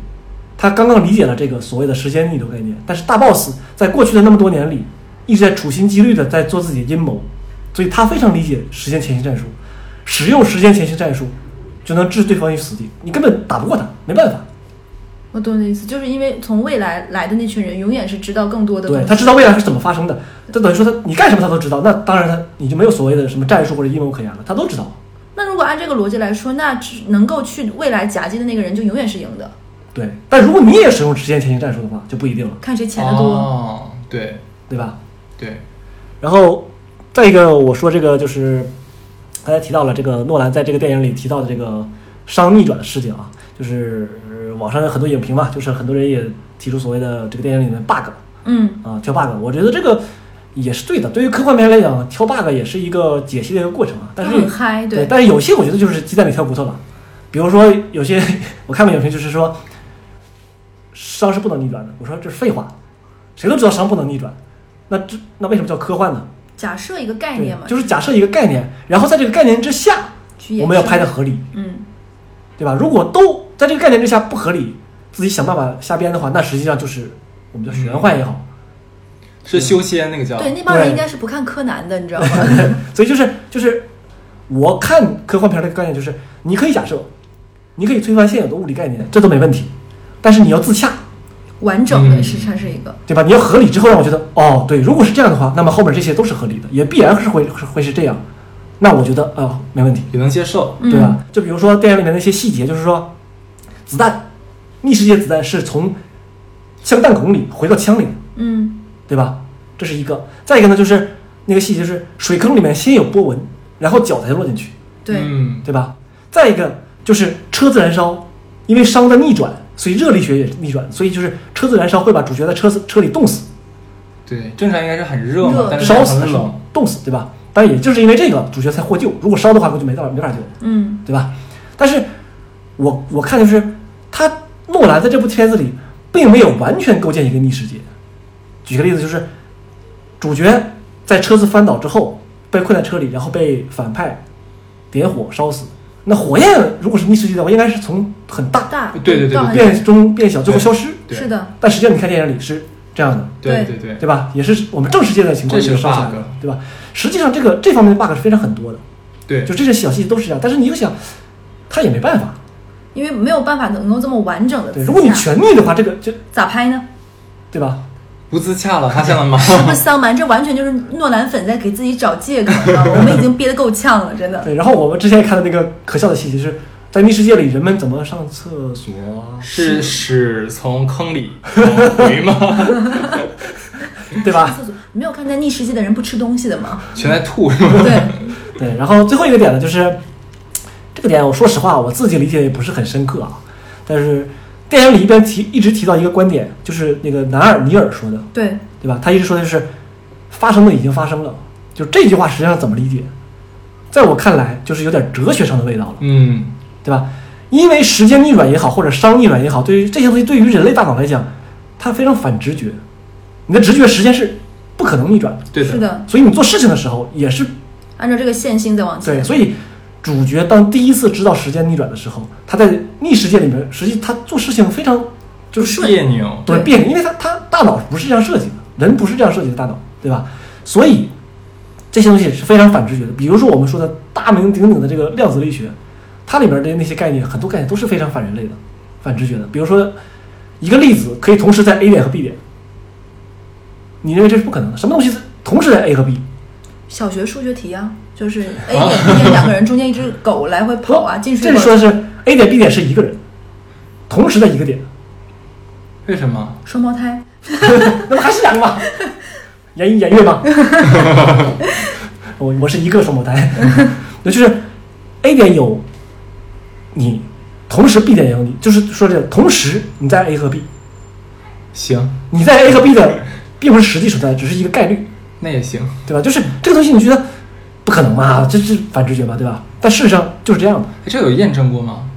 C: 他刚刚理解了这个所谓的时间逆流概念，但是大 boss 在过去的那么多年里一直在处心积虑的在做自己的阴谋，所以他非常理解时间前行战术，使用时间前行战术就能置对方于死地，你根本打不过他，没办法。
B: 我懂你的意思，就是因为从未来来的那群人，永远是知道更多的东
C: 对
B: 西。
C: 他知道未来是怎么发生的，这等于说他你干什么他都知道，那当然他你就没有所谓的什么战术或者阴谋可言了，他都知道。
B: 那如果按这个逻辑来说，那只能够去未来夹击的那个人就永远是赢的。
C: 对，但如果你也使用时间前行战术的话，就不一定了，
B: 看谁潜得多。
A: 哦，对
C: 对吧？
A: 对，
C: 然后再一个，我说这个就是刚才提到了这个诺兰在这个电影里提到的这个商逆转的事情啊，就是呃网上有很多影评嘛，就是很多人也提出所谓的这个电影里面 bug
B: 嗯，
C: 啊，挑 bug，我觉得这个也是对的。对于科幻片来讲，挑 bug 也是一个解析的一个过程啊，但是
B: 他很嗨，
C: 对，
B: 嗯对，
C: 但是有些我觉得就是鸡蛋里挑骨头了，比如说有些 我看过影评就是说伤是不能逆转的，我说这是废话，谁都知道伤不能逆转，那这那为什么叫科幻呢？
B: 假设一个概
C: 对
B: 念嘛，
C: 就是假设一个概念，然后在这个概念之下，
B: 去衍生
C: 我们要拍的合理，
B: 嗯，
C: 对吧？如果都在这个概念之下不合理，自己想办法瞎编的话，那实际上就是我们叫玄幻也好，
A: 是修仙那个叫
B: 对，那帮人
C: 对嗯
B: 应该是不看柯南的，你 知道吗？
C: 所以就是就是我看科幻片的概念就是，你可以假设，你可以推翻现有的物理概念，这都没问题，但是你要自洽，
B: 完整的
A: 嗯
B: 是它是一个，
C: 对吧？你要合理之后让我觉得，哦，对，如果是这样的话，那么后面这些都是合理的，也必然是会是会是这样，那我觉得啊、没问题。
A: 也能接受。
B: 嗯
C: 对啊吧？？就比如说电影里面那些细节，就是说，子弹，逆世界子弹是从枪弹孔里回到枪里的，
B: 嗯，
C: 对吧？这是一个。再一个呢，就是那个细节，就是水坑里面先有波纹，然后脚才落进去，
B: 对，
A: 嗯，
C: 对吧？再一个就是车子燃烧，因为伤的逆转，所以热力学也逆转，所以就是车子燃烧会把主角在车子车里冻死，
A: 对，正常应该是很热嘛
B: 热，
A: 但是
C: 烧死
A: 很冷。，
C: 冻死，对吧？但也就是因为这个，主角才获救。如果烧的话，估计没办法没法救。
B: 嗯，
C: 对吧？但是我我看就是他诺兰在这部片子里并没有完全构建一个逆世界。举个例子，就是主角在车子翻倒之后被困在车里，然后被反派点火烧死。那火焰如果是逆世界的话，应该是从很大
B: 大，
A: 对对对
B: 到很
C: 变中变小，最后消失。
A: 对
B: 是的，
C: 但实际上你看电影里是这样的，
A: 对
B: 对
A: 对对，
C: 对吧？也是我们正世界的情况
A: 这是
C: 也烧起来
A: bug
C: 了，对吧？实际上这个这方面的 bug 是非常很多的，
A: 对，
C: 就这些小细节都是这样。但是你又想，他也没办法，
B: 因为没有办法能够这么完整的
C: 对，如果你全逆的话，这个就
B: 咋拍呢？
C: 对吧？
A: 不自洽了，发现了吗？
B: 是不是桑蛮？这完全就是诺兰粉在给自己找借口，你知道吗？我们已经憋得够呛了，真的。
C: 对，然后我们之前看的那个可笑的细节是，在密世界里人们怎么上厕所啊，
A: 是屎从坑里往回吗？
C: 对吧？
B: 厕所你没有看在逆世界的人不吃东西的吗？
A: 全在吐是吗？
B: 对，
C: 对，然后最后一个点呢，就是这个点，我说实话，我自己理解也不是很深刻啊。但是电影里一边提一直提到一个观点，就是那个南尔尼尔说的，
B: 对，
C: 对吧？他一直说的就是发生的已经发生了，就这句话实际上怎么理解？在我看来，就是有点哲学上的味道了。
A: 嗯，
C: 对吧？因为时间逆转也好，或者熵逆转也好，对于这些东西，对于人类大脑来讲，它非常反直觉。你的直觉时间是不可能逆转的，
A: 对
B: 是
A: 的，
B: 的，
C: 所以你做事情的时候也是
B: 按照这个线性在往
C: 对。
B: 前。
C: 所以主角当第一次知道时间逆转的时候，他在逆世界里面，实际他做事情非常就是
A: 别扭。
C: 对
B: 对
C: 别扭，因为他他大脑不是这样设计的，人不是这样设计的大脑，对吧？所以这些东西是非常反直觉的。比如说我们说的大名鼎鼎的这个量子力学，它里边的那些概念，很多概念都是非常反人类的、反直觉的。比如说一个粒子可以同时在 A 点和 B 点，你认为这是不可能的？什么东西是同时在 A 和 B？
B: 小学数学题啊，就是 A 点 B 点两个人中间一只狗来回跑啊，进水
C: 哦这里
B: 管
C: 说的是 A 点 B 点是一个人，同时在一个点，
A: 为什么？
B: 双胞胎。
C: 那不还是两个吗？言一言月吗？ 我我是一个双胞胎， 那就是 A 点有你，同时 B 点也有你，就是说这个同时你在 A 和 B，
A: 行，
C: 你在 A 和 B 的 并不是实际存在，只是一个概率，
A: 那也行。
C: 对吧？就是这个东西你觉得不可能嘛，这是反直觉嘛，对吧？但事实上就是这样的，
A: 哎这有验证过吗？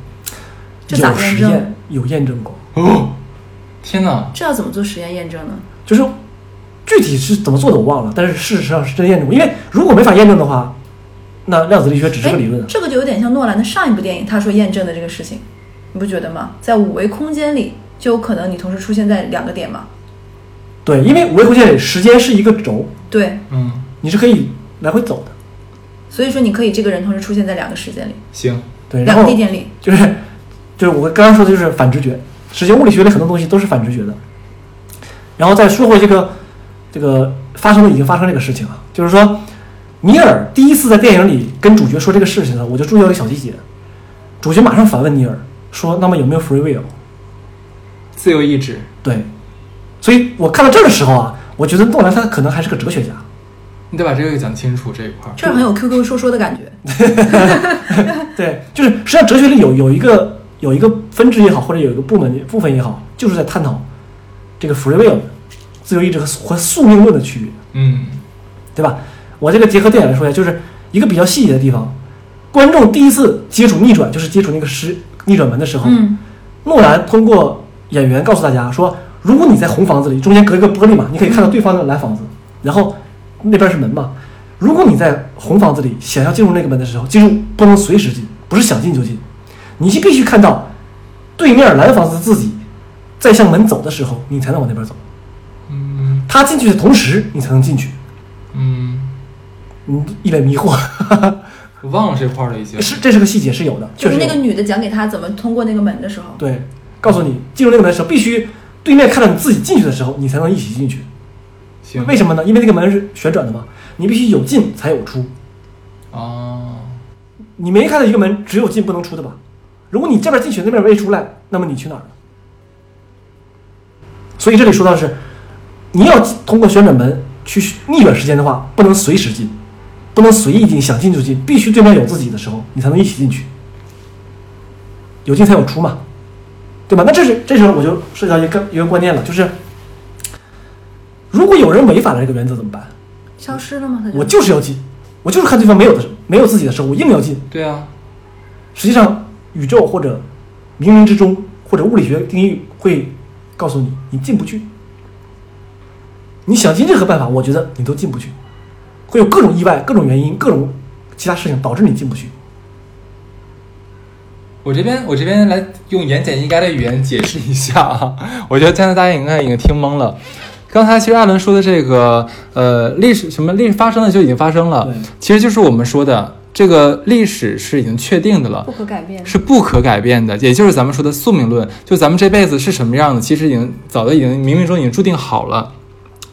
B: 这咋
C: 有
B: 验
C: 实
B: 证
C: 验有验证过，
A: 哦，天哪！
B: 这要怎么做实验验证呢？
C: 就是具体是怎么做的我忘了，但是事实上是真验证过，因为如果没法验证的话，那量子力学只是
B: 哎
C: 个理论啊，。
B: 这个就有点像诺兰的上一部电影，他说验证的这个事情，你不觉得吗？在五维空间里，就有可能你同时出现在两个点嘛？
C: 对，因为五维空间里时间是一个轴，
B: 对，
A: 嗯，
C: 你是可以来回走的。
B: 所以说你可以这个人同时出现在两个时间里，
A: 行，
C: 对，然
B: 两个
C: 后
B: 地点里。
C: 就是 就是我刚刚说的就是反直觉，时间物理学里很多东西都是反直觉的。然后再说回这个这个发生的已经发生这个事情啊，就是说尼尔第一次在电影里跟主角说这个事情的时候，我就注意到一个小细节，主角马上反问尼尔说：“那么有没有 free will？”
A: 自由意志。
C: 对，所以我看到这儿的时候啊，我觉得诺兰他可能还是个哲学家。
A: 你得把这个给讲清楚这一块儿。
B: 这儿很有 QQ 说说的感觉。
C: 对，就是实际上哲学里有有一个有一个分支也好，或者有一个部门部分也好，就是在探讨这个 free will 自由意志和宿和宿命论的区别，
A: 嗯
C: 对吧？我这个结合电影来说一下，就是一个比较细节的地方。观众第一次接触逆转，就是接触那个十逆转门的时候，
B: 嗯
C: 诺兰通过演员告诉大家说，如果你在红房子里，中间隔一个玻璃嘛，你可以看到对方的蓝房子，然后那边是门嘛。如果你在红房子里想要进入那个门的时候，进入不能随时进，不是想进就进，你必须看到对面蓝房子自己在向门走的时候，你才能往那边走。
A: 嗯
C: 他进去的同时，你才能进去。
A: 嗯，
C: 嗯，一脸迷惑，
A: 我忘了这块儿了已经。
C: 是这是个细节是有的，
B: 就
C: 确
B: 是
C: 实
B: 那
C: 有
B: 个女的讲给他怎么通过那个门的时候，
C: 对，告诉你进入那个门的时候，必须对面看到你自己进去的时候，你才能一起进去。
A: 行，
C: 为什么呢？因为那个门是旋转的嘛，你必须有进才有出。
A: 么？哦，
C: 你没看到一个门只有进不能出的吧？如果你这边进去，那边没出来，那么你去哪儿了？所以这里说到的是，你要通过旋转门去逆转时间的话，不能随时进，不能随意进，想进就进，必须对面有自己的时候，你才能一起进去。有进才有出嘛，对吧？那这是这时候我就涉及到一个一个观念了，就是如果有人违反了这个原则怎么办？
B: 消失了吗？他就
C: 我就是要进，我就是看对方没有的时候，没有自己的时候，我硬要进。
A: 对啊，
C: 实际上，宇宙或者冥冥之中或者物理学定义会告诉你，你进不去。你想尽任何办法，我觉得你都进不去，会有各种意外、各种原因、各种其他事情导致你进不去。
A: 我这边我这边来用言简意赅的语言解释一下啊， 我觉得加拿大应该已经听懵了。刚才其实艾伦说的这个，呃，历史什么历史发生的就已经发生了
C: 对，
A: 其实就是我们说的这个历史是已经确定的了
B: 不，可改变。
A: 是不可改变的，也就是咱们说的宿命论，就咱们这辈子是什么样的，其实已经早就已经冥冥中已经注定好了。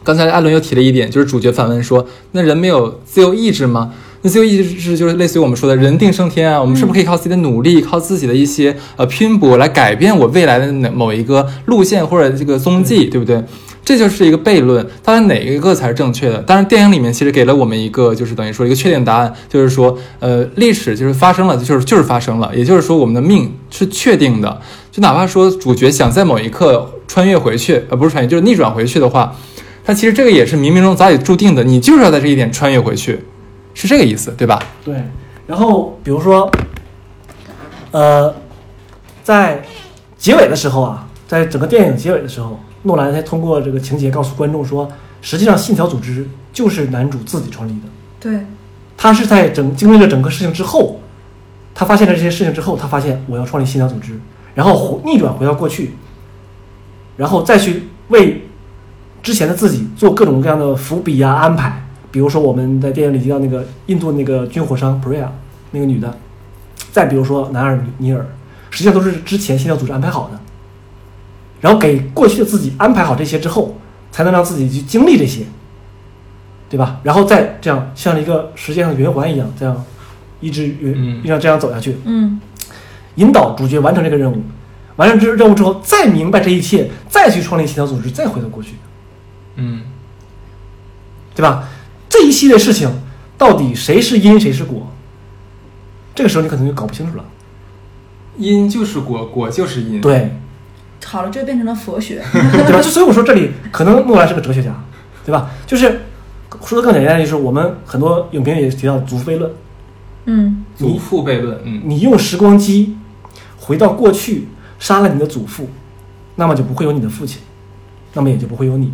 A: 刚才艾伦又提了一点，就是主角反问说：“那人没有自由意志吗？”那自由意志就是类似于我们说的“人定胜天”啊，我们是不是可以靠自己的努力，靠自己的一些呃拼搏来改变我未来的哪某一个路线或者这个踪迹，对不对？这就是一个悖论，到底哪一个才是正确的？当然，电影里面其实给了我们一个，就是等于说一个确定答案，就是说，呃，历史就是发生了，就是就是发生了，也就是说，我们的命是确定的。就哪怕说主角想在某一刻穿越回去，呃，不是穿越，就是逆转回去的话，他其实这个也是冥冥中早已注定的，你就是要在这一点穿越回去，是这个意思，对吧？
C: 对，然后比如说，呃，在结尾的时候啊，在整个电影结尾的时候，诺兰才通过这个情节告诉观众说，实际上信条组织就是男主自己创立的。
B: 对，
C: 他是在整经历了整个事情之后，他发现了这些事情之后，他发现我要创立信条组织，然后回逆转回到过去，然后再去为之前的自己做各种各样的伏笔啊安排。比如说我们在电影里提到那个印度那个军火商 Priya 那个女的，再比如说南尔尼尔，实际上都是之前信条组织安排好的，然后给过去的自己安排好这些之后，才能让自己去经历这些。对吧？然后再这样像一个时间上的圆环一样，这样一直
A: 嗯
C: 圆，一直这样走下去，
B: 嗯，
C: 引导主角完成这个任务。完成这任务之后，再明白这一切，再去创立信条组织，再回到过去，
A: 嗯，
C: 对吧？这一系列事情到底谁是因，谁是果？这个时候你可能就搞不清楚了。
A: 因就是果，果就是因。，
C: 对，
B: 好了，这变成了佛学。
C: 对吧？就所以我说这里可能诺兰是个哲学家，对吧？就是说的更简单，就是我们很多影评也提到祖父悖论，
B: 嗯，
A: 祖父悖论，嗯，
C: 你用时光机回到过去杀了你的祖父，那么就不会有你的父亲，那么也就不会有你。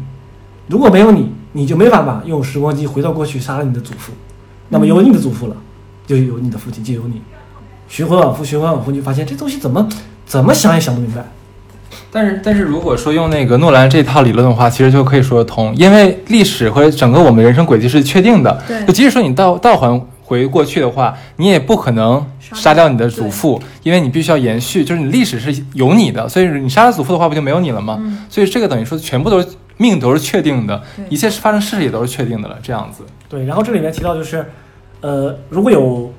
C: 如果没有你，你就没办法用时光机回到过去杀了你的祖父，那么有你的祖父了，就有你的父亲，就有你。循环往复，循环往复，你就发现这东西怎么怎么想也想不明白。
A: 但是但是如果说用那个诺兰这套理论的话，其实就可以说得通，因为历史和整个我们人生轨迹是确定的。
B: 对
A: 就即使说你倒倒还回过去的话，你也不可能杀掉你的祖父，因为你必须要延续，就是你历史是有你的，所以你杀了祖父的话，不就没有你了吗？
B: 嗯
A: 所以这个等于说全部都是命都是确定的，
B: 对
A: 一切发生事实也都是确定的了，这样子。
C: 对，然后这里面提到就是，呃，如果有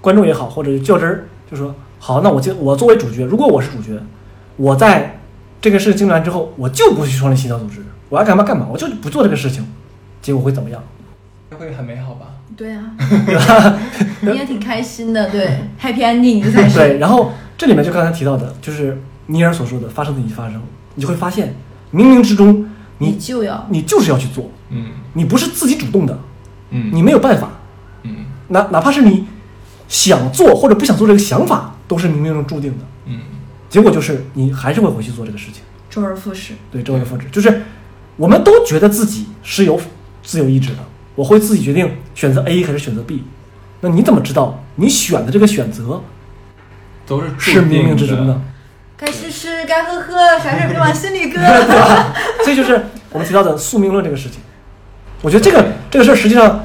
C: 观众也好，或者较真儿，就说好，那我就我作为主角，如果我是主角，我在这个事情完之后，我就不去创立新小组织，我爱干嘛干嘛，我就不做这个事情，结果会怎么样？
A: 会很美好吧？
B: 对 啊，你也挺开心的，对，Happy Ending 这才
C: 对，
B: 是。
C: 然后这里面就刚才提到的，就是尼尔所说的“发生的已经发生”，你就会发现，冥冥之中
B: 你
C: 你
B: 就要
C: 你就是要去做，
A: 嗯
C: 你不是自己主动的，
A: 嗯，
C: 你没有办法，
A: 嗯
C: 哪哪怕是你想做或者不想做这个想法，都是冥冥中注定的。
A: 嗯
C: 结果就是你还是会回去做这个事情。
B: 周而复始，
C: 对，周而复始，就是我们都觉得自己是有自由意志的，我会自己决定选择 A 还是选择 B。那你怎么知道你选的这个选择
A: 都是
C: 是
A: 注定
C: 冥冥之中
A: 的
C: 的？
B: 该吃吃，该喝喝，啥事儿别往心 里搁。
C: 所以就是我们提到的宿命论这个事情，我觉得这个
A: 对
C: 这个事儿实际上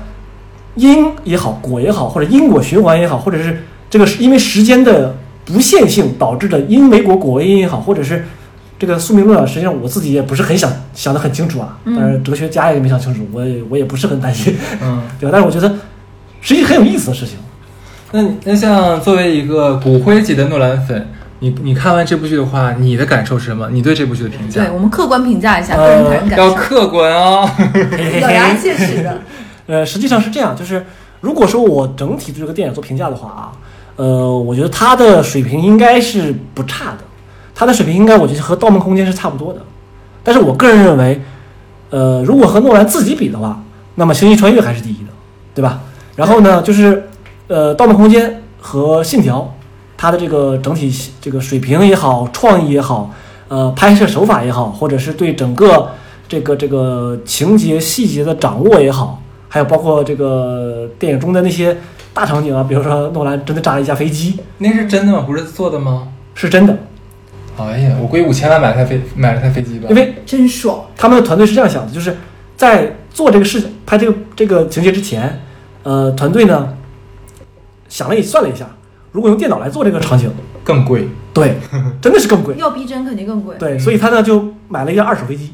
C: 因也好，果也好，或者因果循环也好，或者是这个是因为时间的不线性导致的因为果果为因也好，或者是这个宿命论啊，实际上我自己也不是很想想得很清楚啊，
B: 嗯
C: 但是哲学家也没想清楚，我也我也不是很担心，
A: 嗯，
C: 对吧？但是我觉得是一个很有意思的事情。
A: 那你那像作为一个骨灰级的诺兰粉，你你看完这部剧的话，你的感受是什么？你对这部剧的评价
B: 对，？我们客观评价一下
C: 呃
B: 个人谈感
A: 要
B: 受，
A: 客观哦。
B: 咬牙切齿 的。
C: 呃，实际上是这样，就是如果说我整体对这个电影做评价的话啊，呃，我觉得它的水平应该是不差的，它的水平应该我觉得和《盗梦空间》是差不多的。但是我个人认为，呃，如果和诺兰自己比的话，那么《星际穿越》还是第一的，对吧？然后呢，就是呃，《盗梦空间》和《信条》，它的这个整体这个水平也好，创意也好，呃，拍摄手法也好，或者是对整个这个这个情节细节的掌握也好，还有包括这个电影中的那些大场景啊，比如说诺兰真的炸了一架飞机，
A: 那是真的吗？不是做的吗？
C: 是真的，
A: 哎呀，我估计五千万买了台飞买了台飞机吧。
C: 因为
B: 真爽，
C: 他们的团队是这样想的，就是在做这个事拍这个这个情节之前，呃，团队呢想了也算了一下，如果用电脑来做这个场景，
A: 更贵。
C: 对，真的 是更贵，
B: 要逼真肯定更贵。
C: 对，所以他呢就买了一辆二手飞机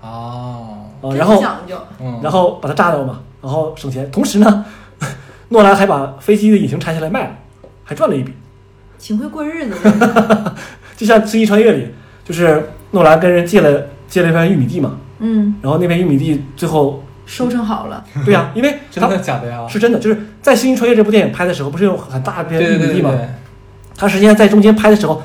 A: 哦，
C: 啊、呃
B: 真
C: 然后
B: 讲究，
A: 嗯，
C: 然后把它炸掉嘛，然后省钱，同时呢， 诺兰还把飞机的引擎拆下来卖了，还赚了一笔。
B: 挺会过日子的。
C: 就像《星际穿越》里，就是诺兰跟人借了借了一片玉米地嘛，
B: 嗯，
C: 然后那片玉米地 最后，
B: 收成好了，
C: 对呀、因为
A: 真
C: 他
A: 的假的 呀？
C: 是真的，就是在《星际穿越》这部电影拍的时候，不是有很大片
A: 对对
C: 玉米
A: 对
C: 地
A: 对
C: 嘛？
A: 对，
C: 他实际上在中间拍的时候，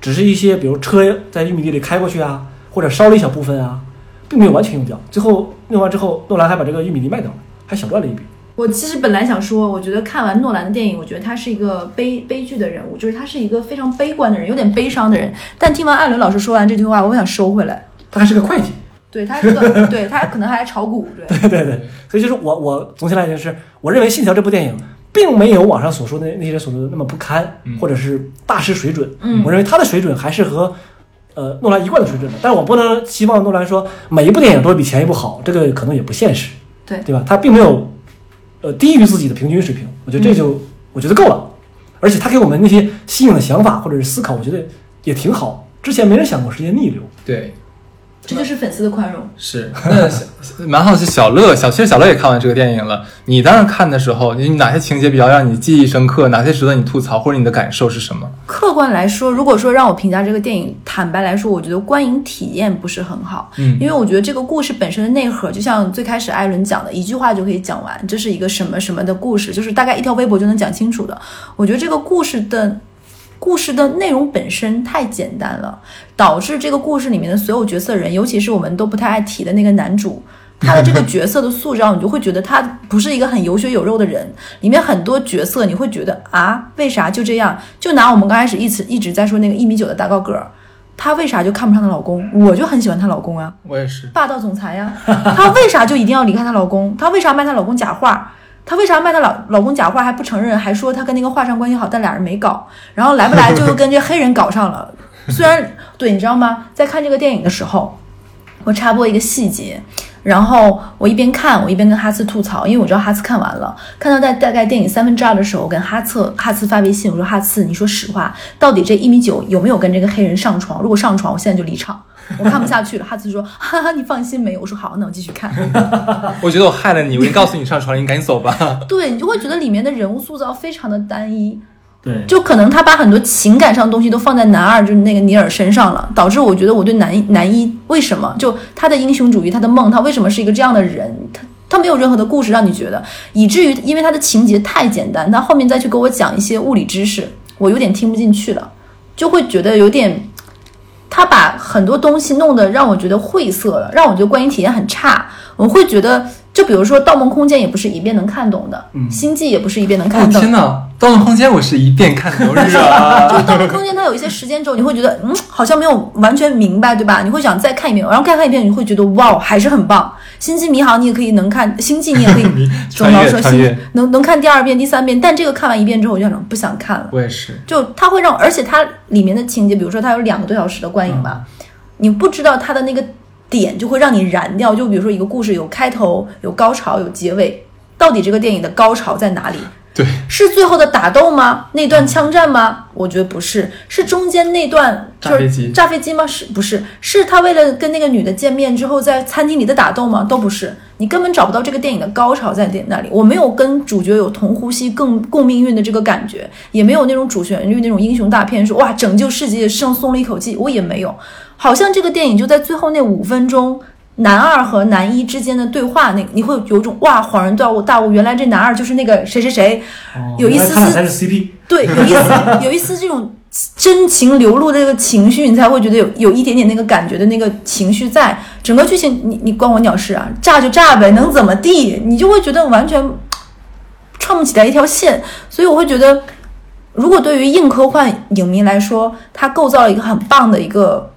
C: 只是一些比如车在玉米地里开过去啊，或者烧了一小部分啊，并没有完全用掉。最后用完之后，诺兰还把这个玉米地卖掉了，还小赚了一笔。
B: 我其实本来想说，我觉得看完诺兰的电影，我觉得他是一个悲悲剧的人物，就是他是一个非常悲观的人，有点悲伤的人。但听完艾伦老师说完这句话，我想收回来。
C: 他还是个会计，
B: 对他这个，对他可能还来炒股，对，
C: 对对对。所以就是我我总体来讲是，我认为《信条》这部电影并没有网上所说的那那些人所说的那么不堪，
A: 嗯
C: 或者是大失水准。
B: 嗯
C: 我认为他的水准还是和呃诺兰一贯的水准的，但是我不能期望诺兰说每一部电影都比前一部好，这个可能也不现实。
B: 对
C: 对吧？他并没有呃低于自己的平均水平，我觉得这就、
B: 嗯
C: 我觉得够了。而且他给我们那些新颖的想法或者是思考，我觉得也挺好。之前没人想过时间逆流，
A: 对，
B: 这就是粉丝的宽容。
A: 是。那小蛮好奇，小乐，小其实小乐也看完这个电影了。你当时看的时候，你哪些情节比较让你记忆深刻？哪些值得你吐槽，或者你的感受是什么？
B: 客观来说，如果说让我评价这个电影，坦白来说，我觉得观影体验不是很好。
A: 嗯
B: 因为我觉得这个故事本身的内核，就像最开始艾伦讲的，一句话就可以讲完，这是一个什么什么的故事，就是大概一条微博就能讲清楚的。我觉得这个故事的。故事的内容本身太简单了，导致这个故事里面的所有角色人，尤其是我们都不太爱提的那个男主，他的这个角色的塑造，你就会觉得他不是一个很有血有肉的人。里面很多角色，你会觉得啊，为啥就这样？就拿我们刚开始一直一直在说那个一米九的大高个儿，她为啥就看不上她老公？我就很喜欢她老公啊，
A: 我也是。
B: 霸道总裁呀、她为啥就一定要离开她老公？她为啥卖她老公假话？她为啥卖她老老公假话还不承认，还说她跟那个画商关系好，但俩人没搞，然后来不来就跟这黑人搞上了。虽然对，你知道吗？在看这个电影的时候，我插播一个细节，然后我一边看，我一边跟哈茨吐槽，因为我知道哈茨看完了，看到在大概电影三分之二的时候，我跟哈茨哈茨发微信，我说哈茨，你说实话，到底这一米九有没有跟这个黑人上床？如果上床，我现在就离场，我看不下去了。哈茨说，哈哈，你放心没有？我说好，那我继续看。
A: 我觉得我害了你，我已经告诉你上床了，你赶紧走吧。
B: 对你就会觉得里面的人物塑造非常的单一。
D: 对，
B: 就可能他把很多情感上的东西都放在男二，就是那个尼尔身上了，导致我觉得我对男一男一为什么就他的英雄主义，他的梦，他为什么是一个这样的人？他他没有任何的故事让你觉得，以至于因为他的情节太简单，他后面再去给我讲一些物理知识，我有点听不进去了，就会觉得有点。他把很多东西弄得让我觉得晦涩了，让我觉得观影体验很差。我会觉得，就比如说《盗梦空间》也不是一遍能看懂的，星际》也不是一遍能看
A: 哦
B: 懂的。
A: 天哪，《盗梦空间》我是一遍看流日啊！
B: 就《盗梦空间》，它有一些时间轴，你会觉得嗯，好像没有完全明白，对吧？你会想再看一遍，然后再看一遍，你会觉得哇，哦还是很棒。《星际迷航》你也可以能看，《星际》你也可以 总
A: 穿越
B: 要说
A: 穿越
B: 星能能看第二遍、第三遍，但这个看完一遍之后，我就想不想看了。
A: 我也是，
B: 就它会让，而且它里面的情节，比如说它有两个多小时的观影吧，
A: 嗯
B: 你不知道它的那个点就会让你燃掉。就比如说一个故事有开头、有高潮、有结尾，到底这个电影的高潮在哪里？
A: 对，
B: 是最后的打斗吗？那
A: 嗯
B: 段枪战吗？我觉得不是，是中间那段就
A: 炸飞机
B: 是炸飞机吗？是不是？是他为了跟那个女的见面之后在餐厅里的打斗吗？都不是，你根本找不到这个电影的高潮在电那里。我没有跟主角有同呼吸、共共命运的这个感觉，也没有那种主旋律那种英雄大片说哇拯救世界，上松了一口气，我也没有。好像这个电影就在最后那五分钟，男二和男一之间的对话，那你会有一种哇恍然大悟，大悟原来这男二就是那个谁谁谁，有一丝
C: 他俩才
B: 丝
C: 是 CP，
B: 对，有一丝有一丝这种真情流露的这个情绪，你才会觉得有有一点点那个感觉的那个情绪在。整个剧情你你关我鸟事啊，炸就炸呗，能怎么地？你就会觉得完全串不起来一条线，所以我会觉得，如果对于硬科幻影迷来说，它构造了一个很棒的一个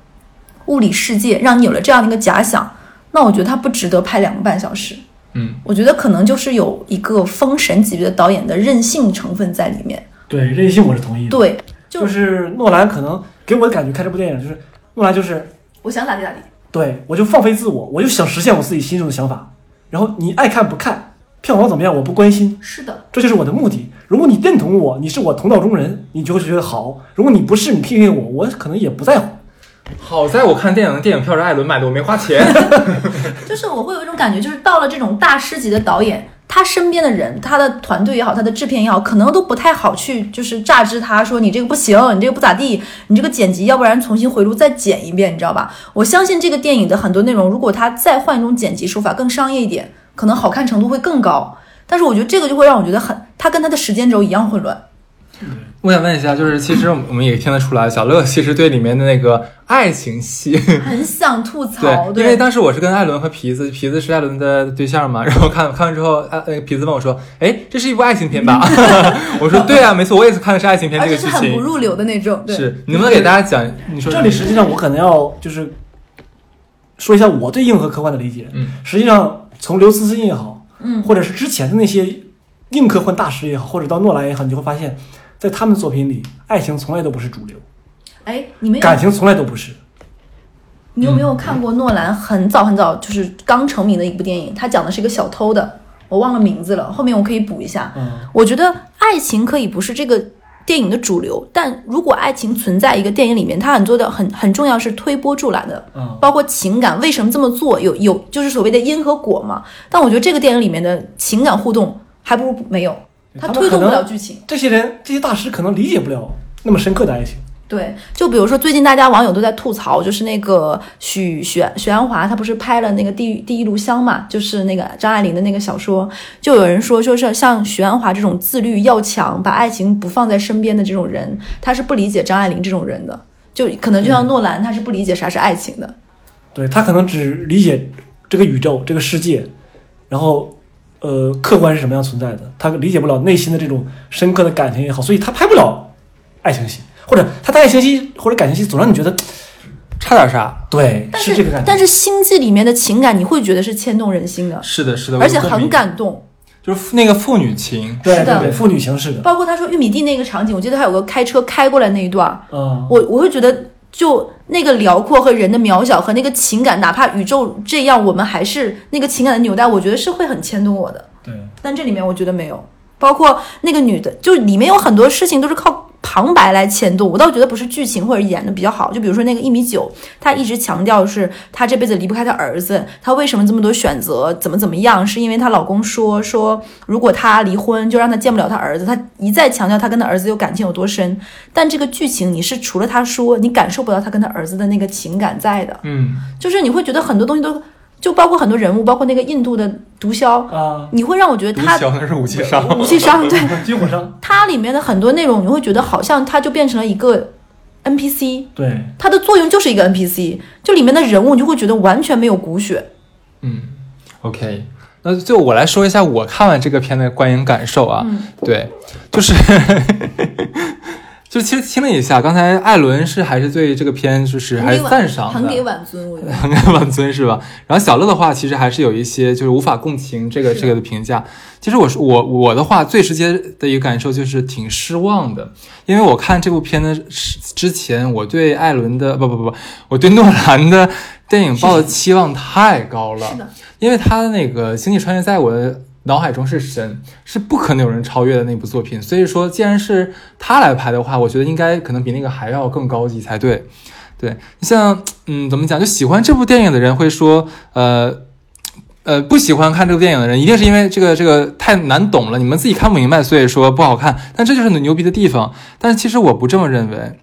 B: 物理世界，让你有了这样的一个假想，那我觉得它不值得拍两个半小时。
A: 嗯，
B: 我觉得可能就是有一个封神级别的导演的任性成分在里面。
C: 对任性我是同意的。
B: 对，就
C: 就是是诺兰可能给我的感觉，看这部电影就是诺兰就是
B: 我想咋地咋地。
C: 对我就放飞自我，我就想实现我自己心中的想法，然后你爱看不看，票房怎么样我不关心，
B: 是的，
C: 这就是我的目的。如果你认同我，你是我同道中人，你就会觉得好；如果你不是，你批评我，我可能也不在乎。
A: 好在我看电影的电影票是艾伦买的，我没花钱。
B: 就是我会有一种感觉，就是到了这种大师级的导演，他身边的人，他的团队也好，他的制片也好，可能都不太好去就是榨汁他，说你这个不行，你这个不咋地，你这个剪辑，要不然重新回炉再剪一遍，你知道吧？我相信这个电影的很多内容，如果他再换一种剪辑手法，更商业一点，可能好看程度会更高。但是我觉得这个就会让我觉得很，他跟他的时间轴一样混乱。
A: 我想问一下，就是其实我们也听得出来，小乐 其实对里面的那个爱情戏，
B: 很想吐槽，
A: 对，
B: 对，
A: 因为当时我是跟艾伦和皮子，皮子是艾伦的对象嘛，然 后看看完之后，啊，呃，皮子问我说：“哎，这是一部爱情片吧？” 我说：“对啊，没错，我也是看的是爱情片
B: 而
A: 这
B: 且
A: 个
B: 是
A: 剧
B: 很不
A: 情。
B: 入流的那种，”对，
A: 是，你能不能给大家讲？你说
C: 这里实际上我可能要就是说一下我对硬核科幻的理解。
A: 嗯，
C: 实际上从刘慈欣也好，
B: 嗯
C: 或者是之前的那些硬科幻大师也好，或者到诺兰也好，你就会发现，在他们的作品里，爱情从来都不是主流，
B: 哎，你们有
C: 感情从来都不是。
B: 你有没
C: 嗯
B: 有看过诺兰很早很早就是刚成名的一部电影？他讲的是一个小偷的，我忘了名字了，后面我可以补一下。
C: 嗯，
B: 我觉得爱情可以不是这个电影的主流，但如果爱情存在一个电影里面，它很做的很很重要是推波助澜的
C: 嗯，
B: 包括情感为什么这么做，有有就是所谓的因和果嘛。但我觉得这个电影里面的情感互动还不如没有，它
C: 他们
B: 推动
C: 可
B: 不
C: 能
B: 了剧情。
C: 这些人这些大师可能理解不了那么深刻的爱情。
B: 对，就比如说最近大家网友都在吐槽，就是那个许许许鞍华，他不是拍了那个《地狱第一炉香》嘛，就是那个张爱玲的那个小说，就有人说，说是像许鞍华这种自律要强，把爱情不放在身边的这种人，他是不理解张爱玲这种人的，就可能就像诺兰，他是不理解啥是爱情的。
C: 对他可能只理解这个宇宙、这个世界，然后呃，客观是什么样存在的，他理解不了内心的这种深刻的感情也好，所以他拍不了爱情戏，或者他的爱情戏或者感情戏总让你觉得
A: 差点啥？
C: 对
B: 但
C: 这个感觉，
B: 但是《星际》里面的情感，你会觉得是牵动人心的，
A: 是的，是的，
B: 而且
A: 我同
B: 很
A: 意，
B: 感动。
A: 就是那个父女情。
C: 对
B: 是
C: 对
B: 的
C: 对，父女情似的，
B: 包括他说玉米地那个场景，我记得还有个开车开过来那一段儿，
C: 嗯，
B: 我我会觉得，就那个辽阔和人的渺小和那个情感，哪怕宇宙这样，我们还是那个情感的纽带，我觉得是会很牵动我的。
C: 对，
B: 但这里面我觉得没有，包括那个女的，就是里面有很多事情都是靠旁白来牵动，我倒觉得不是剧情或者演的比较好。就比如说那个一米九，他一直强调是他这辈子离不开他儿子，他为什么这么多选择，怎么怎么样，是因为她老公说说如果她离婚就让她见不了她儿子，她一再强调她跟她儿子有感情有多深。但这个剧情你是除了她说，你感受不到她跟她儿子的那个情感在的，
A: 嗯，
B: 就是你会觉得很多东西都，就包括很多人物，包括那个印度的毒枭，
C: 啊，
B: 你会让我觉得
A: 毒
B: 他
A: 枭那是武器商，
B: 武器商 对。
C: 军火商，
B: 它里面的很多内容，你会觉得好像它就变成了一个 NPC，
C: 对，
B: 它的作用就是一个 NPC，就里面的人物你就会觉得完全没有骨血。
A: 嗯，OK，那就我来说一下我看完这个片的观影感受啊。
B: 嗯
A: 对，就是 就其实听了一下，刚才艾伦是还是对这个片就是还是赞赏的，
B: 很给晚尊，我觉得。
A: 很 给晚尊是吧？然后小乐的话，其实还是有一些就是无法共情这个
B: 是
A: 这个的评价。其实我是我我的话，最直接的一个感受就是挺失望的，因为我看这部片的之之前，我对艾伦的不不不不，我对诺兰的电影抱的期望太高了。
B: 是的，
A: 因为他的那个《星际穿越》在我的脑海中是神，是不可能有人超越的那部作品。所以说，既然是他来拍的话，我觉得应该可能比那个还要更高级才对。对你像，嗯，怎么讲？就喜欢这部电影的人会说，呃。呃，不喜欢看这部电影的人，一定是因为这个这个太难懂了，你们自己看不明白，所以说不好看。但这就是牛逼的地方。但是其实我不这么认为，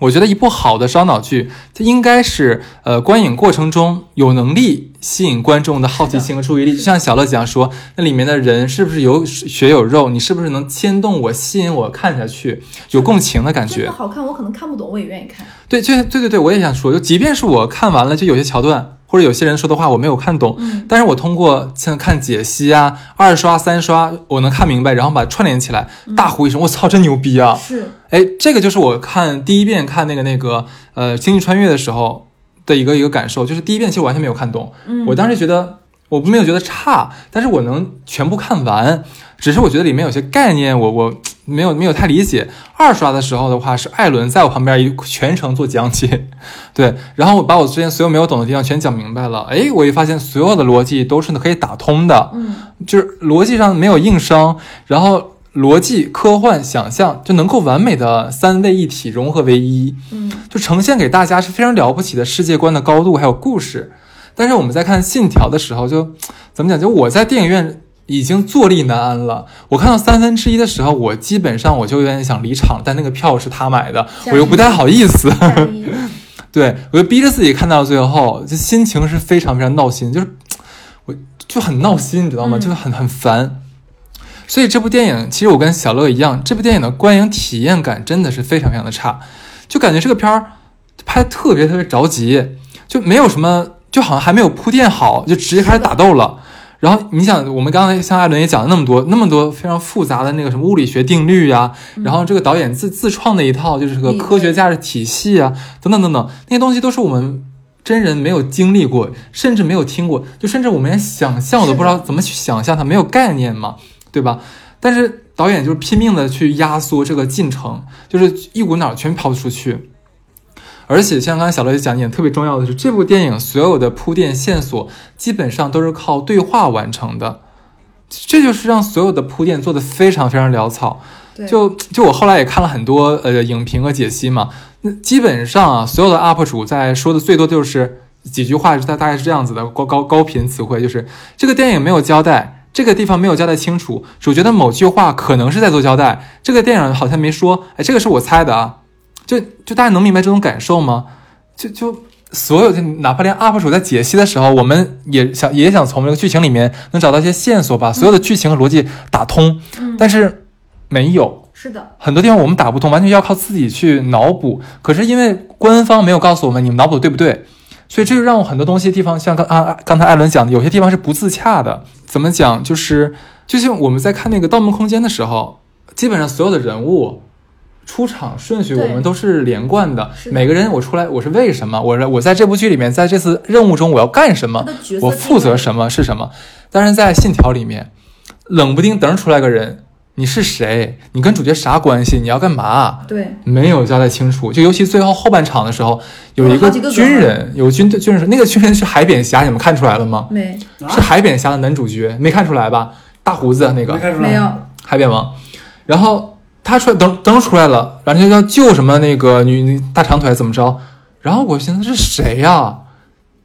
A: 我觉得一部好的烧脑剧，它应该是呃观影过程中有能力吸引观众的好奇心和注意力。就像小乐讲说，那里面的人是不是有血有肉，你是不是能牵动我、吸引我看下去，有共情的感
B: 真
A: 觉
B: 的。好看，我可能看不懂，我也愿意看。
A: 对，就对对对，我也想说，就即便是我看完了，就有些桥段或者有些人说的话我没有看懂，
B: 嗯
A: 但是我通过像看解析啊、二刷、三刷，我能看明白，然后把它串联起来，大呼一声，我操，真牛逼啊！
B: 是
A: 哎，这个就是我看第一遍看那个那个呃《星际穿越》的时候的一个一个感受，就是第一遍其实我完全没有看懂，
B: 嗯
A: 我当时觉得我没有觉得差，但是我能全部看完，只是我觉得里面有些概念我我没有没有太理解。二刷的时候的话是艾伦在我旁边一全程做讲解， 对，然后我把我之前所有没有懂的地方全讲明白了，哎，我也发现所有的逻辑都是可以打通的，
B: 嗯，
A: 就是逻辑上没有硬伤，然后逻辑、科幻、想象就能够完美的三位一体融合为一，
B: 嗯，
A: 就呈现给大家是非常了不起的世界观的高度还有故事。但是我们在看《信条》的时候就，怎么讲？就我在电影院已经坐立难安了。我看到三分之一的时候，我基本上我就有点想离场，但那个票是他买的，我又不太好意思。
B: 加一
A: 对我就逼着自己看到最后，就心情是非常非常闹心，就是我就很闹心，你知道吗？
B: 嗯
A: 就是很很烦。所以这部电影，其实我跟小乐一样，这部电影的观影体验感真的是非常非常的差，就感觉这个片儿拍得特别特别着急，就没有什么，就好像还没有铺垫好，就直接开始打斗了。然后你想，我们刚才像艾伦也讲了那么多那么多非常复杂的那个什么物理学定律呀、然后这个导演自自创的一套就是个
B: 嗯理论
A: 科学价值体系啊，等等等等，那些东西都是我们真人没有经历过，甚至没有听过，就甚至我们连想象我都不知道怎么去想象它，没有概念嘛，对吧？但是导演就是拼命的去压缩这个进程，就是一股脑儿全抛出去。而且像刚才小乐讲一点特别重要的是，这部电影所有的铺垫线索基本上都是靠对话完成的，这就是让所有的铺垫做得非常非常潦草。
B: 对
A: 就就我后来也看了很多呃影评和解析嘛，那基本上啊，所有的 UP 主在说的最多就是几句话，大大概是这样子的高高高频词汇，就是这个电影没有交代，这个地方没有交代清楚，主角的某句话可能是在做交代，这个电影好像没说，哎，这个是我猜的啊，就就大家能明白这种感受吗？就就。所有的，哪怕连 UP 主在解析的时候，我们也想也想从这个剧情里面能找到一些线索，把所有的剧情和逻辑打通，
B: 嗯
A: 但是没有，
B: 是的，
A: 很多地方我们打不通，完全要靠自己去脑补。可是因为官方没有告诉我们你们脑补得对不对，所以这就让我很多东西地方，像刚啊刚才艾伦讲的，有些地方是不自洽的。怎么讲？就是就像我们在看那个《盗梦空间》的时候，基本上所有的人物。出场顺序
B: 对
A: 我们都是连贯的，
B: 是的
A: 每个人我出来我是为什么？我我在这部剧里面，在这次任务中我要干什么
B: 他的角？色
A: 我负
B: 定
A: 责
B: 位
A: 什么是什么？但是在《信条》里面，冷不丁等出来个人，你是谁？你跟主角啥关系？你要干嘛？
B: 对，
A: 没有交代清楚，就尤其最后后半场的时候，有一
B: 有好
A: 个
B: 几个梗啊
A: 军人，有军队军人说，那个军人是海扁侠，你们看出来了吗？
B: 没
C: 啊
A: 是海扁侠的男主角，没看出来吧？大胡子那个
C: 没看出来，
B: 没有，
A: 海扁王，然后他出来灯灯出来了，然后就要救什么那个女女大长腿怎么着，然后我寻思这是谁呀、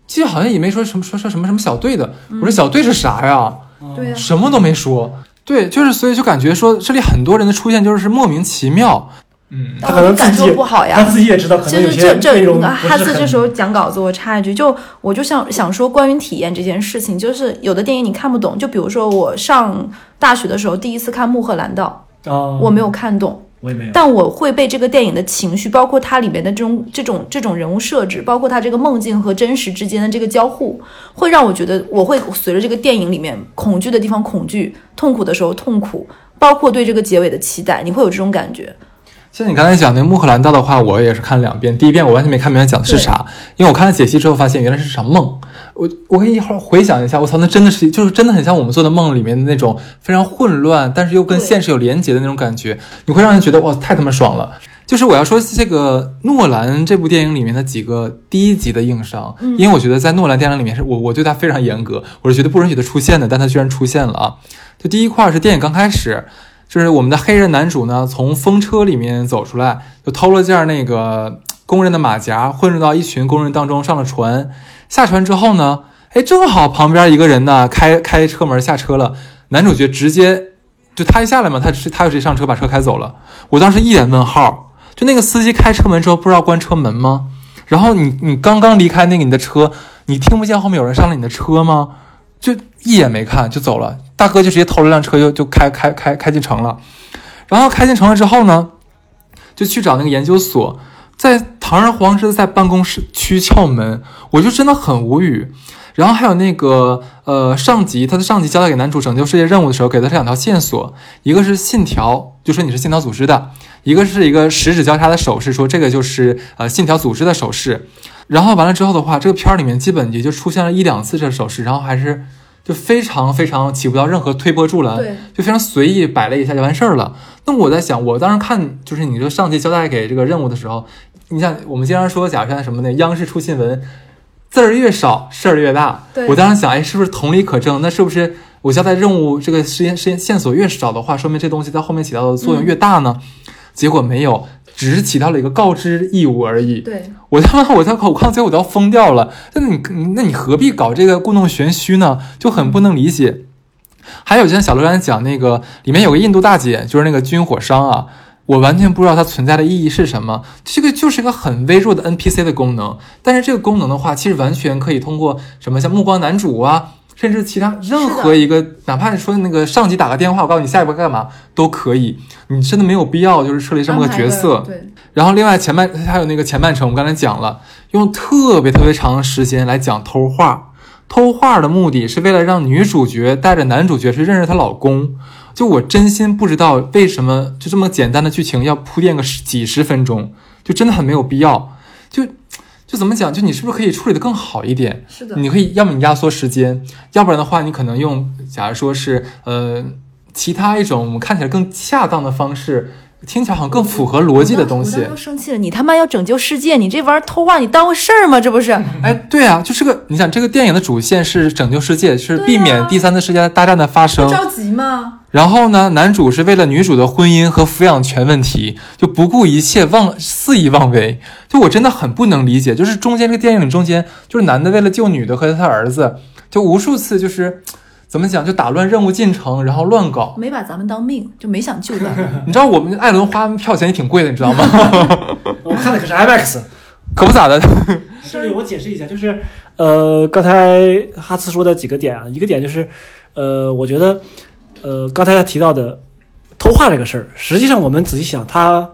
A: 其实好像也没说什么说说什么什么小队的，我
B: 嗯
A: 说小队是啥呀？
B: 对呀、啊
A: 什么都没说。对，就是所以就感觉说这里很多人的出现就是莫名其妙。嗯，
C: 他可能
B: 感
C: 自己
B: 受不好呀
C: 他。自己也知道，可
B: 就
C: 能有
B: 是这
C: 些
B: 这
C: 内容
B: 那
C: 不
B: 哈
C: 是
B: 斯
C: 很
B: 这时候讲稿子，我插一句，就我就想想说关于体验这件事情，就是有的电影你看不懂，就比如说我上大学的时候第一次看《穆赫兰道》，
C: 啊，
B: 我没有看懂，
C: 我也没有，
B: 但我会被这个电影的情绪，包括它里面的这种这种这种人物设置，包括它这个梦境和真实之间的这个交互，会让我觉得我会随着这个电影里面恐惧的地方恐惧，痛苦的时候痛苦，包括对这个结尾的期待，你会有这种感觉。
A: 像你刚才讲那《穆赫兰道》的话，我也是看了两遍。第一遍我完全没看明白讲的是啥，因为我看了解析之后发现原来是场梦。我我可以一会儿回想一下，我操，那真的是就是真的很像我们做的梦里面的那种非常混乱，但是又跟
B: 对
A: 现实有连结的那种感觉。你会让人觉得哇，太他妈爽了！就是我要说这个诺兰这部电影里面的几个低级的硬伤，因为我觉得在诺兰电影里面是我我对他非常严格，我是觉得不允许他出现的，但他居然出现了啊！就第一块是电影刚开始，就是我们的黑人男主呢从风车里面走出来，就偷了件那个嘖工人的马甲，混入到一群工人当中，上了船。下船之后呢，哎，正好旁边一个人呢开开车门下车了，男主角直接就他一下来嘛，他直他就直接上车把车开走了。我当时一脸问号，就那个司机开车门之后不知道关车门吗？然后你你刚刚离开那个你的车，你听不见后面有人上了你的车吗？就一眼没看就走了。大哥就直接偷了辆车就就开开开开进城了，然后开进城了之后呢，就去找那个研究所，在堂而皇之地在办公室区撬门，我就真的很无语。然后还有那个呃上级，他的上级交代给男主拯救世界任务的时候，给了他两条线索，一个是信条，就说你是信条组织的；一个是一个十指交叉的手势，说这个就是呃信条组织的手势。然后完了之后的话，这个片儿里面基本也就出现了一两次这个手势，然后还是就非常非常起不到任何推波助澜，
B: 对
A: 就非常随意摆了一下就完事儿了。那我在想，我当时看就是你这上级交代给这个任务的时候，你像我们经常说，假如像什么呢？央视出新闻，字儿越少，事儿越大。
B: 对
A: 我当时想，哎，是不是同理可证？那是不是我交代任务这个时间时间线索越少的话，说明这东西在后面起到的
B: 嗯
A: 作用越大呢？结果没有，只是起到了一个告知义务而已。
B: 对，
A: 我他妈，我他我看到最后我都要疯掉了。那你那你何必搞这个故弄玄虚呢？就很不能理解。还有就像小罗刚才讲那个，里面有个印度大姐，就是那个军火商啊，我完全不知道它存在的意义是什么。这个就是一个很微弱的 NPC 的功能，但是这个功能的话，其实完全可以通过什么像目光男主啊，甚至其他任何一个，哪怕你说那个上级打个电话，我告诉你下一步干嘛都可以。你真的没有必要就是设立这么个角色。
B: 对，
A: 然后另外前半还有那个前半程，我们刚才讲了，用特别特别长的时间来讲偷画。偷画的目的是为了让女主角带着男主角去认识她老公。就我真心不知道为什么就这么简单的剧情要铺垫个十几十分钟，就真的很没有必要。就就怎么讲，就你是不是可以处理的更好一点？
B: 是的，
A: 你可以要么你压缩时间，要不然的话，你可能用，假如说是呃，其他一种我们看起来更恰当的方式，听起来好像更符合逻辑的东
B: 哦我当
A: 西
B: 时都。生气了，你他妈要拯救世界，你这玩意儿偷画，你当回事儿吗？这 不是？
A: 哎，对啊，就这个，你想这个电影的主线是拯救世界，是
B: 对啊
A: 避免第三次世界大战的发生。
B: 急吗？
A: 然后呢，男主是为了女主的婚姻和抚养权问题，就不顾一切妄肆意妄为。就我真的很不能理解，就是中间这个电影中间，就是男的为了救女的和他儿子，就无数次就是怎么讲，就打乱任务进程，然后乱搞。
B: 没把咱们当命，就没想救咱 们。
A: 你知道我们艾伦花票钱也挺贵的，你知道吗？
C: 我看的可是 IMAX。
A: 可不咋的。
C: 这里我解释一下，就是呃，刚才哈茨说的几个点啊，一个点就是呃，我觉得呃，刚才他提到的偷画这个事儿，实际上我们仔细想，他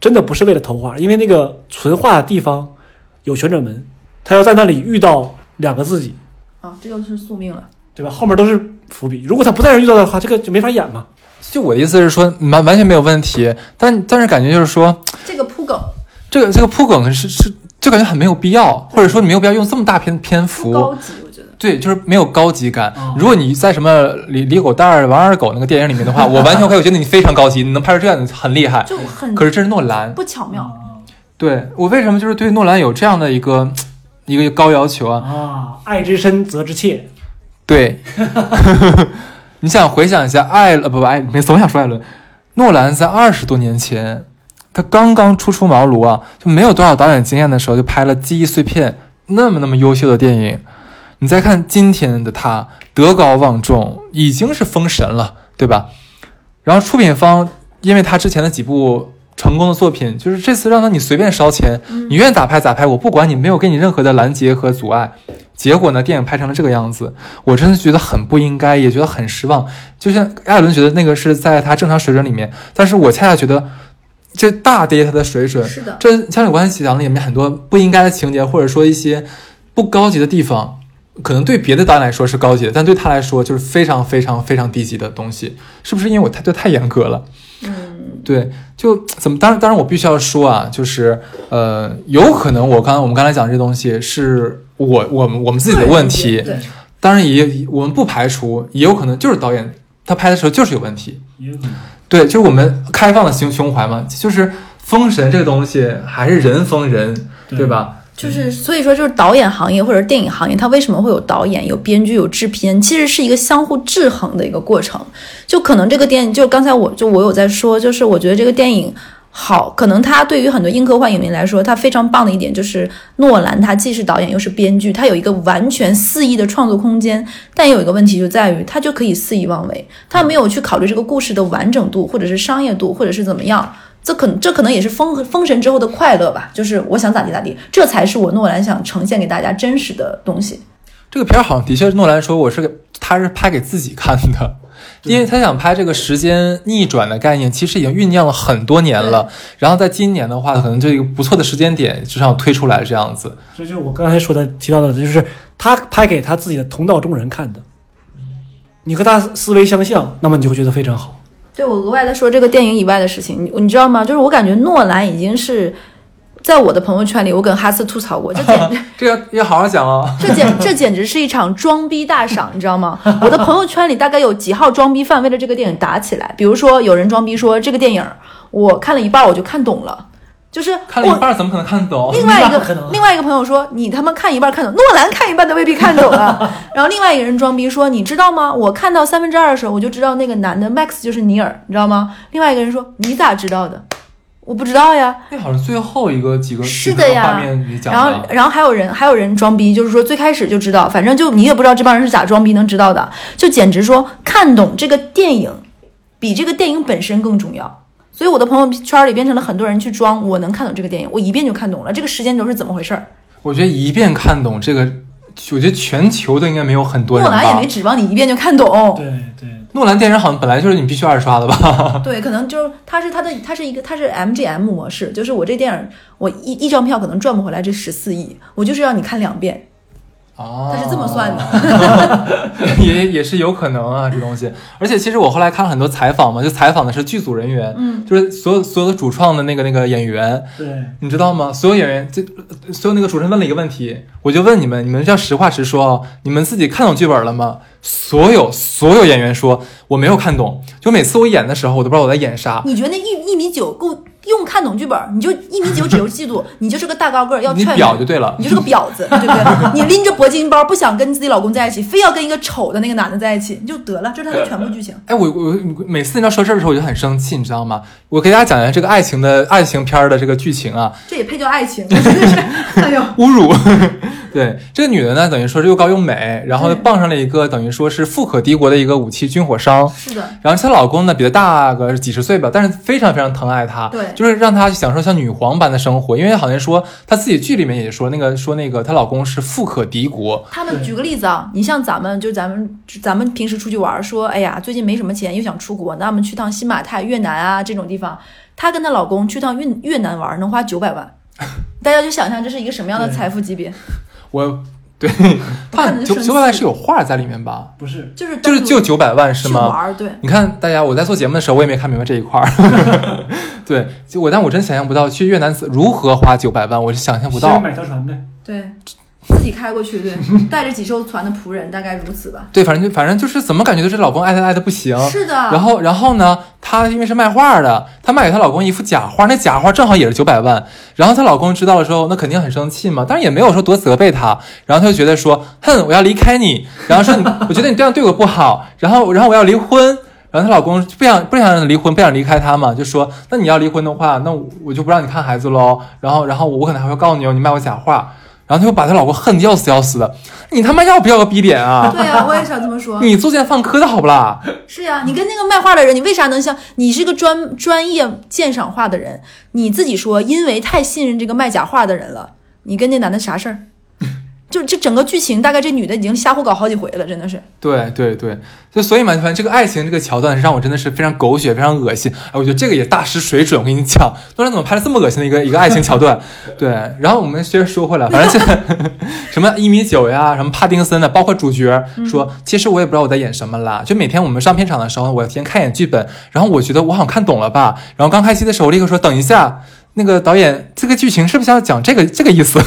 C: 真的不是为了偷画，因为那个存画的地方有旋转门，他要在那里遇到两个自己，
B: 啊，这就是宿命了。
C: 对吧？后面都是伏笔，如果他不在这儿遇到的话，这个就没法演嘛。
A: 就我的意思是说，完完全没有问题，但但是感觉就是说，
B: 这个铺梗
A: 这个这个铺梗是是就感觉很没有必要，或者说你没有必要用这么大篇篇
B: 不
A: 幅。
B: 高级，我觉得。
A: 对，就是没有高级感
C: 嗯。
A: 如果你在什么李李狗蛋儿、王二狗那个电影里面 的话，我完全可以觉得你非常高级，你能拍出这样的很厉 害。
B: 就很
A: 可是这是诺兰，
B: 不巧妙。
A: 对我为什么就是对诺兰有这样的一个一个高要求啊？
C: 啊，爱之深责之切，
A: 呃哎对，你想回想一下艾伦，不不艾，没总想说艾伦，诺兰在二十多年前，他刚刚初出茅庐啊，就没有多少导演经验的时候，就拍了《记忆碎片》那么那么优秀的电影。你再看今天的他，德高望重，已经是封神了，对吧？然后出品方因为他之前的几部成功的作品，就是这次让他你随便烧钱，嗯
B: 嗯
A: 你愿意咋拍咋拍，我不管你，没有给你任何的拦截和阻碍。结果呢，电影拍成了这个样子，我真的觉得很不应该，也觉得很失望。就像艾伦觉得那个是在他正常水准里面，但是我恰恰觉得这大跌他的水准。
B: 是的
A: 这《家里关系讲》里面很多不应该的情节，或者说一些不高级的地方，可能对别的导演来说是高级的，但对他来说就是非常非常非常低级的东西。是不是因为我太对太严格了？
B: 嗯，
A: 对，就怎么？当然，当然，我必须要说啊，就是呃，有可能我刚我们刚才讲这东西是我我们我们自己的问题，
B: 对，
A: 当然也我们不排除，也有可能就是导演他拍的时候就是有问题。
C: 也有可能。
A: 对，就是我们开放的胸胸怀嘛，就是封神这个东西还是人封人，
C: 对
A: 对吧？
B: 就是所以说，就是导演行业或者电影行业，它为什么会有导演、有编剧、有制片，其实是一个相互制衡的一个过程。就可能这个电影，就刚才我就我有在说，就是我觉得这个电影。好，可能它对于很多硬科幻影迷来说，它非常棒的一点就是诺兰，他既是导演又是编剧，他有一个完全肆意的创作空间。但有一个问题就在于，他就可以肆意妄为，他没有去考虑这个故事的完整度，或者是商业度，或者是怎么样。这可能这可能也是封封神之后的快乐吧，就是我想咋地咋地，这才是我诺兰想呈现给大家真实的东西。
A: 这个片儿好像的确，诺兰说我是给他是拍给自己看的， 因为他想拍这个时间逆转的概念，其实已经酝酿了很多年了。然后在今年的话，可能就一个不错的时间点，就想推出来这样子。
C: 所以就是我刚才说的提到的，就是他拍给他自己的同道中人看的。你和他思维相像，那么你就会觉得非常好。
B: 对我额外再说这个电影以外的事情，你你知道吗？就是我感觉诺兰已经是在我的朋友圈里，我跟哈斯吐槽过，这 简直
A: 这个要好好讲哦。
B: 这简这简直是一场装逼大赏，你知道吗？我的朋友圈里大概有几号装逼犯为了这个电影打起来，比如说有人装逼说这个电影我看了一半我就看懂了，就是
A: 看了
B: 我
A: 一半儿，怎么可能看得懂？
B: 另外一
C: 哦那可
B: 个
C: 能啊
B: 另外一个朋友说，你他妈看一半看懂，诺兰看一半都未必看懂 啊。然后另外一个人装逼说，你知道吗？我看到三分之二的时候，我就知道那个男的 Max 就是尼尔，你知道吗？另外一个人说，你咋知道的？我不知道呀。
A: 那好像最后一个几个
B: 是
A: 几
B: 的
A: 个
B: 呀
A: 画面里讲
B: 然后
A: 的，，啊
B: 然后还有人还有人装逼，就是说最开始就知道，反正就你也不知道这帮人是咋装逼能知道的，就简直说看懂这个电影比这个电影本身更重要。所以我的朋友圈里变成了很多人去装，我能看懂这个电影，我一遍就看懂了，这个时间轴是怎么回事儿。
A: 我觉得一遍看懂这个，我觉得全球都应该没有很多人
B: 诺
A: 吧。
B: 兰也没指望你一遍就看懂。
C: 对对，
A: 诺兰电影好像本来就是你必须二刷的吧？
B: 对，可能就是它是它的，它是一个它是 MGM 模式，就是我这电影我一一张票可能赚不回来这十四亿，我就是让你看两遍，
A: 哦，
B: 它是这么算的。
A: 也也是有可能啊，这东西。而且其实我后来看了很多采访嘛，就采访的是剧组人员，
B: 嗯，
A: 就是所有所有的主创的那个那个演员，
C: 对，
A: 你知道吗？所有演员，这所有那个主持人问了一个问题，我就问你们，你们要实话实说哦，你们自己看懂剧本了吗？所有所有演员说我没有看懂，就每次我演的时候，我都不知道我在演啥。
B: 你觉得那一一米九够用看懂剧本儿，你就一米九只有嫉妒， 你就是个大高个儿要
A: 你
B: 踹
A: 表
B: 门
A: 就对了
B: 你就是个婊子，对不对？ 你拎着铂金包不想跟自己老公在一起，非要跟一个丑的那个男的在一起，你就得了，这是他的全部剧情。
A: 哎，我我每次你知道说这儿的时候，我就很生气，你知道吗？我给大家讲一下这个爱情的爱情片儿的这个剧情啊，
B: 这也配叫爱情？ 我真的是，哎呦，
A: 侮辱。 对，这个女的呢，等于说是又高又美，然后
B: 对
A: 傍上了一个等于说是富可敌国的一个武器军火商。
B: 是的，
A: 然后她老公呢，比她大个几十岁吧，但是非常非常疼爱她，
B: 对
A: 就是让她享受像女皇般的生活。因为好像说她自己剧里面也说那个说那个她老公是富可敌国，
B: 他们
C: 对
B: 举个例子啊，你像咱们就咱们就咱们平时出去玩儿，说哎呀最近没什么钱，又想出国，那我们去趟新马泰、越南啊这种地方。她跟她老公去趟越越南玩儿，能花九 百万，大家就想象这是一个什么样的
C: 对
B: 财富级别，
A: 我 对，
B: 看
A: 她
B: 着就
A: 九
B: 生
A: 九百万
B: 气
A: 是有画在里面吧？
C: 不是
B: 就是单
A: 就是
B: 独
A: 就九百万是
B: 去
A: 吗？
B: 玩儿，对。
A: 你看，大家，我在做节目的时候，我也没看明白这一块儿。 对，就我，但我真想象不到去越南如何花九百万，我是想象不
C: 先
A: 到。
C: 买条船呗。
B: 对，自己开过 去，对，带着几艘船的仆人，大概如此吧。
A: 对，反正就反正就是怎么感觉都是老公爱她爱的不行。
B: 是啊的，
A: 然后然后呢，她因为是卖画的，她卖给她老公一幅假画，那假画正好也是九百万。然后她老公知道了之后，那肯定很生气嘛，但是也没有说多责备她。然后她就觉 得说，哼，我要离开你，然后说你，我觉得你这样对我不好，然后然后我要离婚。然后她老公不想不想让她离婚，不想离开她嘛，就说那你要离婚的话，那我就不让你看孩子喽。然后然后我可能还会告你哦，你卖我假话。然后她就把她老公恨得要死要死的，你他妈要不要个逼脸啊？
B: 对呀、我也想这么 说。
A: 你作奸犯科的好不啦？
B: 是呀、你跟那个卖画的人，你为啥能像？你是个专专业鉴赏画的人，你自己说，因为太信任这个卖假画的人了。你跟那男的啥 事儿？就这整个剧情，大概这女的已经瞎胡搞好几回了，真的是。
A: 对对对，就所以嘛，反正这个爱情这个桥段让我真的是非常狗血，非常恶心。哎，我觉得这个也大失水准，我跟你讲，不然怎么拍了这么恶心的一个一个爱情桥段？对，然后我们接着说回来，反正现在什么一米九呀，什么帕丁森的，啊包括主角说，其实我也不知道我在演什么啦。就每天我们上片场的时候，我先看一眼剧本，然后我觉得我好像看懂了吧，然后刚开机的时候我立刻说等一下，那个导演这个剧情是不是要讲这个这个意思？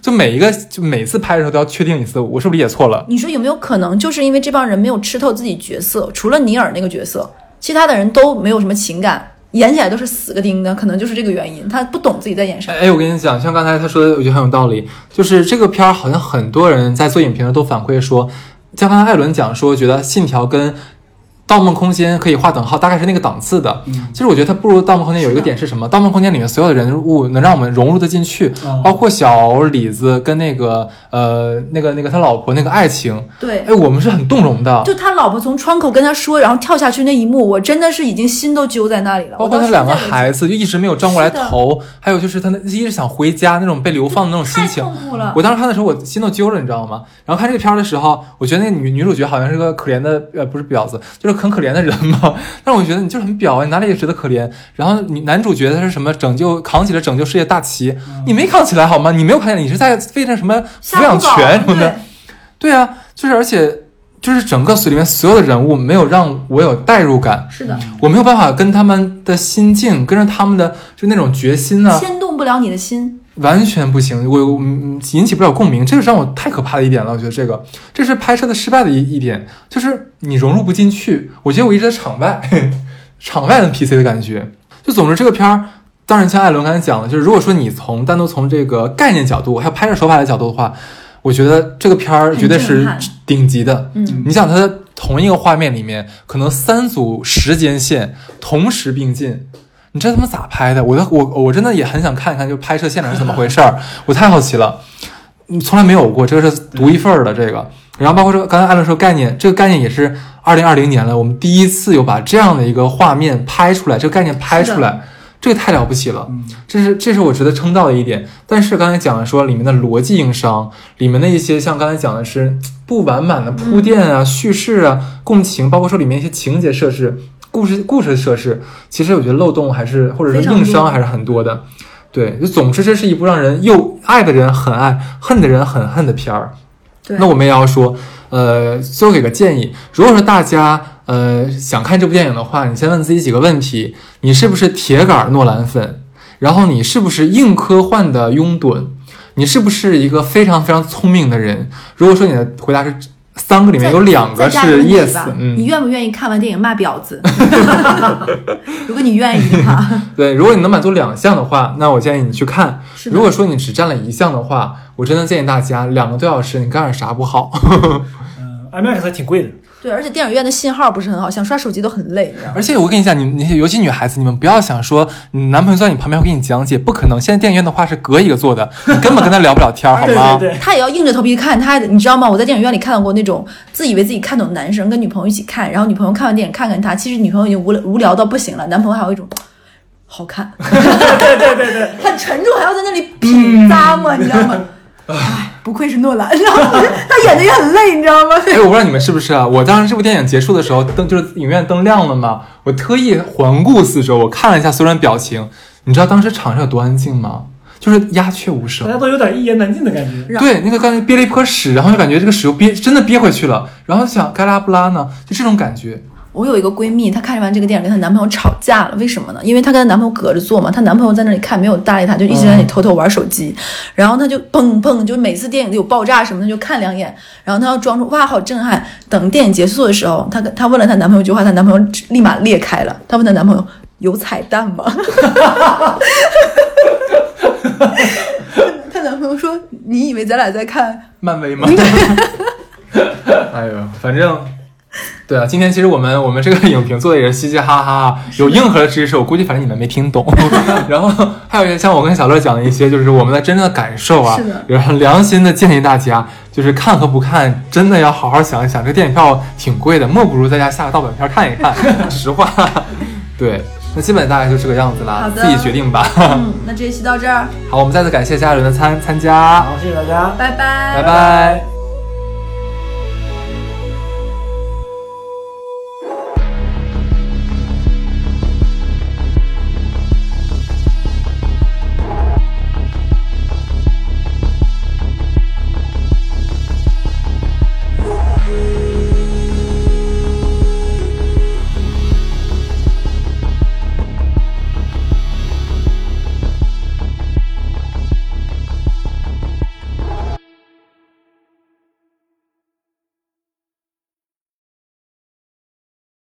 A: 就每一个就每次拍的时候都要确定一次，我是不是理解错了？
B: 你说有没有可能，就是因为这帮人没有吃透自己角色，除了尼尔那个角色，其他的人都没有什么情感，演起来都是死个钉的，可能就是这个原因，他不懂自己在演啥。
A: 哎，我跟你讲，像刚才他说的，我觉得很有道理。就是这个片儿，好像很多人在做影评的都反馈说，像刚才艾伦讲说，觉得《信条》跟《盗梦空间》可以划等号，大概是那个档次的。其实我觉得它不如《盗梦空间》有一个点是什么？《盗梦空间》里面所有的人物能让我们融入的进去，
C: 哦
A: 包括小李子跟那个呃那个那个他老婆那个爱情，
B: 对，
A: 哎，我们是很动容的。
B: 就他老婆从窗口跟他说，然后跳下去那一幕，我真的是已经心都揪在那里了。
A: 包
B: 我
A: 括
B: 当
A: 他
B: 时
A: 两个
B: 在那里
A: 孩子就一直没有转过来
B: 是的
A: 头，还有就是他那一直想回家那种被流放的那种心
B: 太
A: 情，
B: 痛苦了。
A: 我当时看的时候，我心都揪了，你知道吗？然后看这个片儿的时候，我觉得那个女女主角好像是个可怜的，呃，不是婊子，就是很可怜的人嘛。 但是我觉得你就是很婊啊，你哪里也值得可怜。然后你男主角他是什么拯救扛起了拯救世界大旗，你没扛起来好吗？你没有看见，你是在为那什么抚养权什么的。对啊，就是而且就是整个里面所有的人物没有让我有代入感
B: 对，，是的，
A: 我没有办法跟他们的心境，跟着他们的就那种决心啊，
B: 牵动不了你的心。
A: 完全不行，我我嗯引起不了共鸣，这个让我太可怕的一点了。我觉得这个这是拍摄的失败的一一点，就是你融入不进去。我觉得我一直在场外， 场外 NPC 的感觉。就总之这个片儿，当然像艾伦刚才讲的，就是如果说你从单独从这个概念角度还有拍摄手法的角度的话，我觉得这个片儿绝对
B: 很
A: 是
B: 震撼
A: 顶级的。
B: 嗯，
A: 你想，它同一个画面里面，可能三组时间线同时并进，你这他妈咋拍的？我的我我真的也很想看一看，就拍摄现场是怎么回事儿，我太好奇了，嗯从来没有过，这个是独一份儿的这个。然后包括说，刚才艾伦说概念，这个概念也是二零二零年了，我们第一次有把这样的一个画面拍出来，这个概念拍出来，这个太了不起了。
C: 嗯
A: 这是这是我值得称道的一点。但是刚才讲的说里面的逻辑硬伤，里面的一些像刚才讲的是不完满的铺垫
B: 嗯
A: 啊、叙事啊、共情，包括说里面一些情节设置、故事故事设置，其实我觉得漏洞还是或者说
B: 非常多
A: 硬伤还是很多的。对，就总之这是一部让人又爱的人很爱，恨的人很恨的片儿。
B: 对。
A: 那我们也要说，呃，最后给个建议，如果说大家呃想看这部电影的话，你先问自己几个问题：你是不是铁杆诺兰粉？然后你是不是硬科幻的拥趸？你是不是一个非常非常聪明的人？如果说你的回答是三个里面有两个
B: 再加一
A: 是
B: 问题
A: yes，
B: 吧啊你
A: 嗯，
B: 愿不愿意看完电影骂 婊子？如果你愿意的话，
A: 对，如果你能满足两项的话，那我建议你去看。
B: 是的
A: 如果说你只占了一项的话，我真的建议大家两个多小时你干点啥不好？
C: 嗯，IMAX 还挺贵的，
B: 对，而且电影院的信号不是很好，想刷手机都很累，你知道吗？
A: 而且我跟你讲，你你尤其女孩子，你们不要想说你男朋友在你旁边会给你讲解，不可能。现在电影院的话是隔一个座的，你根本跟他聊不了天儿，好
C: 对
A: 吗？
C: 对对，
B: 他也要硬着头皮看，他还得你知道吗？我在电影院里看到过那种自以为自己看懂的男生跟女朋友一起看，然后女朋友看完电影看看他，其实女朋友已经无聊无聊到不行了，男朋友还有一种好看，
C: 对对对对，
B: 很沉重，还要在那里品咂摸，你知道吗？ 哎，不愧是诺兰，然后他演的也很累，你知道吗？
A: 哎，我不知道你们是不是啊？我当时这部电影结束的时候，灯就是影院灯亮了嘛，我特意环顾四周，我看了一下所有人表情，你知道当时场上有多安静吗？就是鸦雀无
C: 大家
A: 声。
C: 都有点一言难尽的感觉。
B: 让
A: 对，那个刚才憋了一泼屎，然后就感觉这个屎又憋，真的憋回去了，然后就想该拉不拉呢，就这种感觉。
B: 我有一个闺蜜，她看完这个电影跟她男朋友吵架了，为什么呢？因为她跟她男朋友隔着坐嘛，她男朋友在那里看，没有搭理她，就一直在那里偷偷玩手机。然后她就砰砰，就每次电影有爆炸什么的，她就看两眼，然后她要装出哇好震撼。等电影结束的时候，她跟她问了她男朋友一句话，她男朋友立马裂开了。她问她男朋友有彩蛋 吗？她男朋友说：“你 以为咱俩在看
A: 漫威吗？哎呦，反正对啊，今天其实我们我们这个影评做的也是嘻嘻哈哈，有硬核的知识，我估计反正你们没听懂。 然后还有一些像我跟小乐讲的一些，就是我们的真正的感受啊
B: 是的，
A: 也是很良心的建议大家，就是看和不看，真的要好好想一想，这电影票挺贵的，莫不如在家下个盗版片看一看。 实话，对，那基本大概就这个样子啦
B: 好，的
A: 自己决定吧。
B: 嗯，那这一期到这儿，
A: 好，我们再次感谢家人的参参加，
C: 好，谢谢大家，
B: 拜拜，
A: 拜拜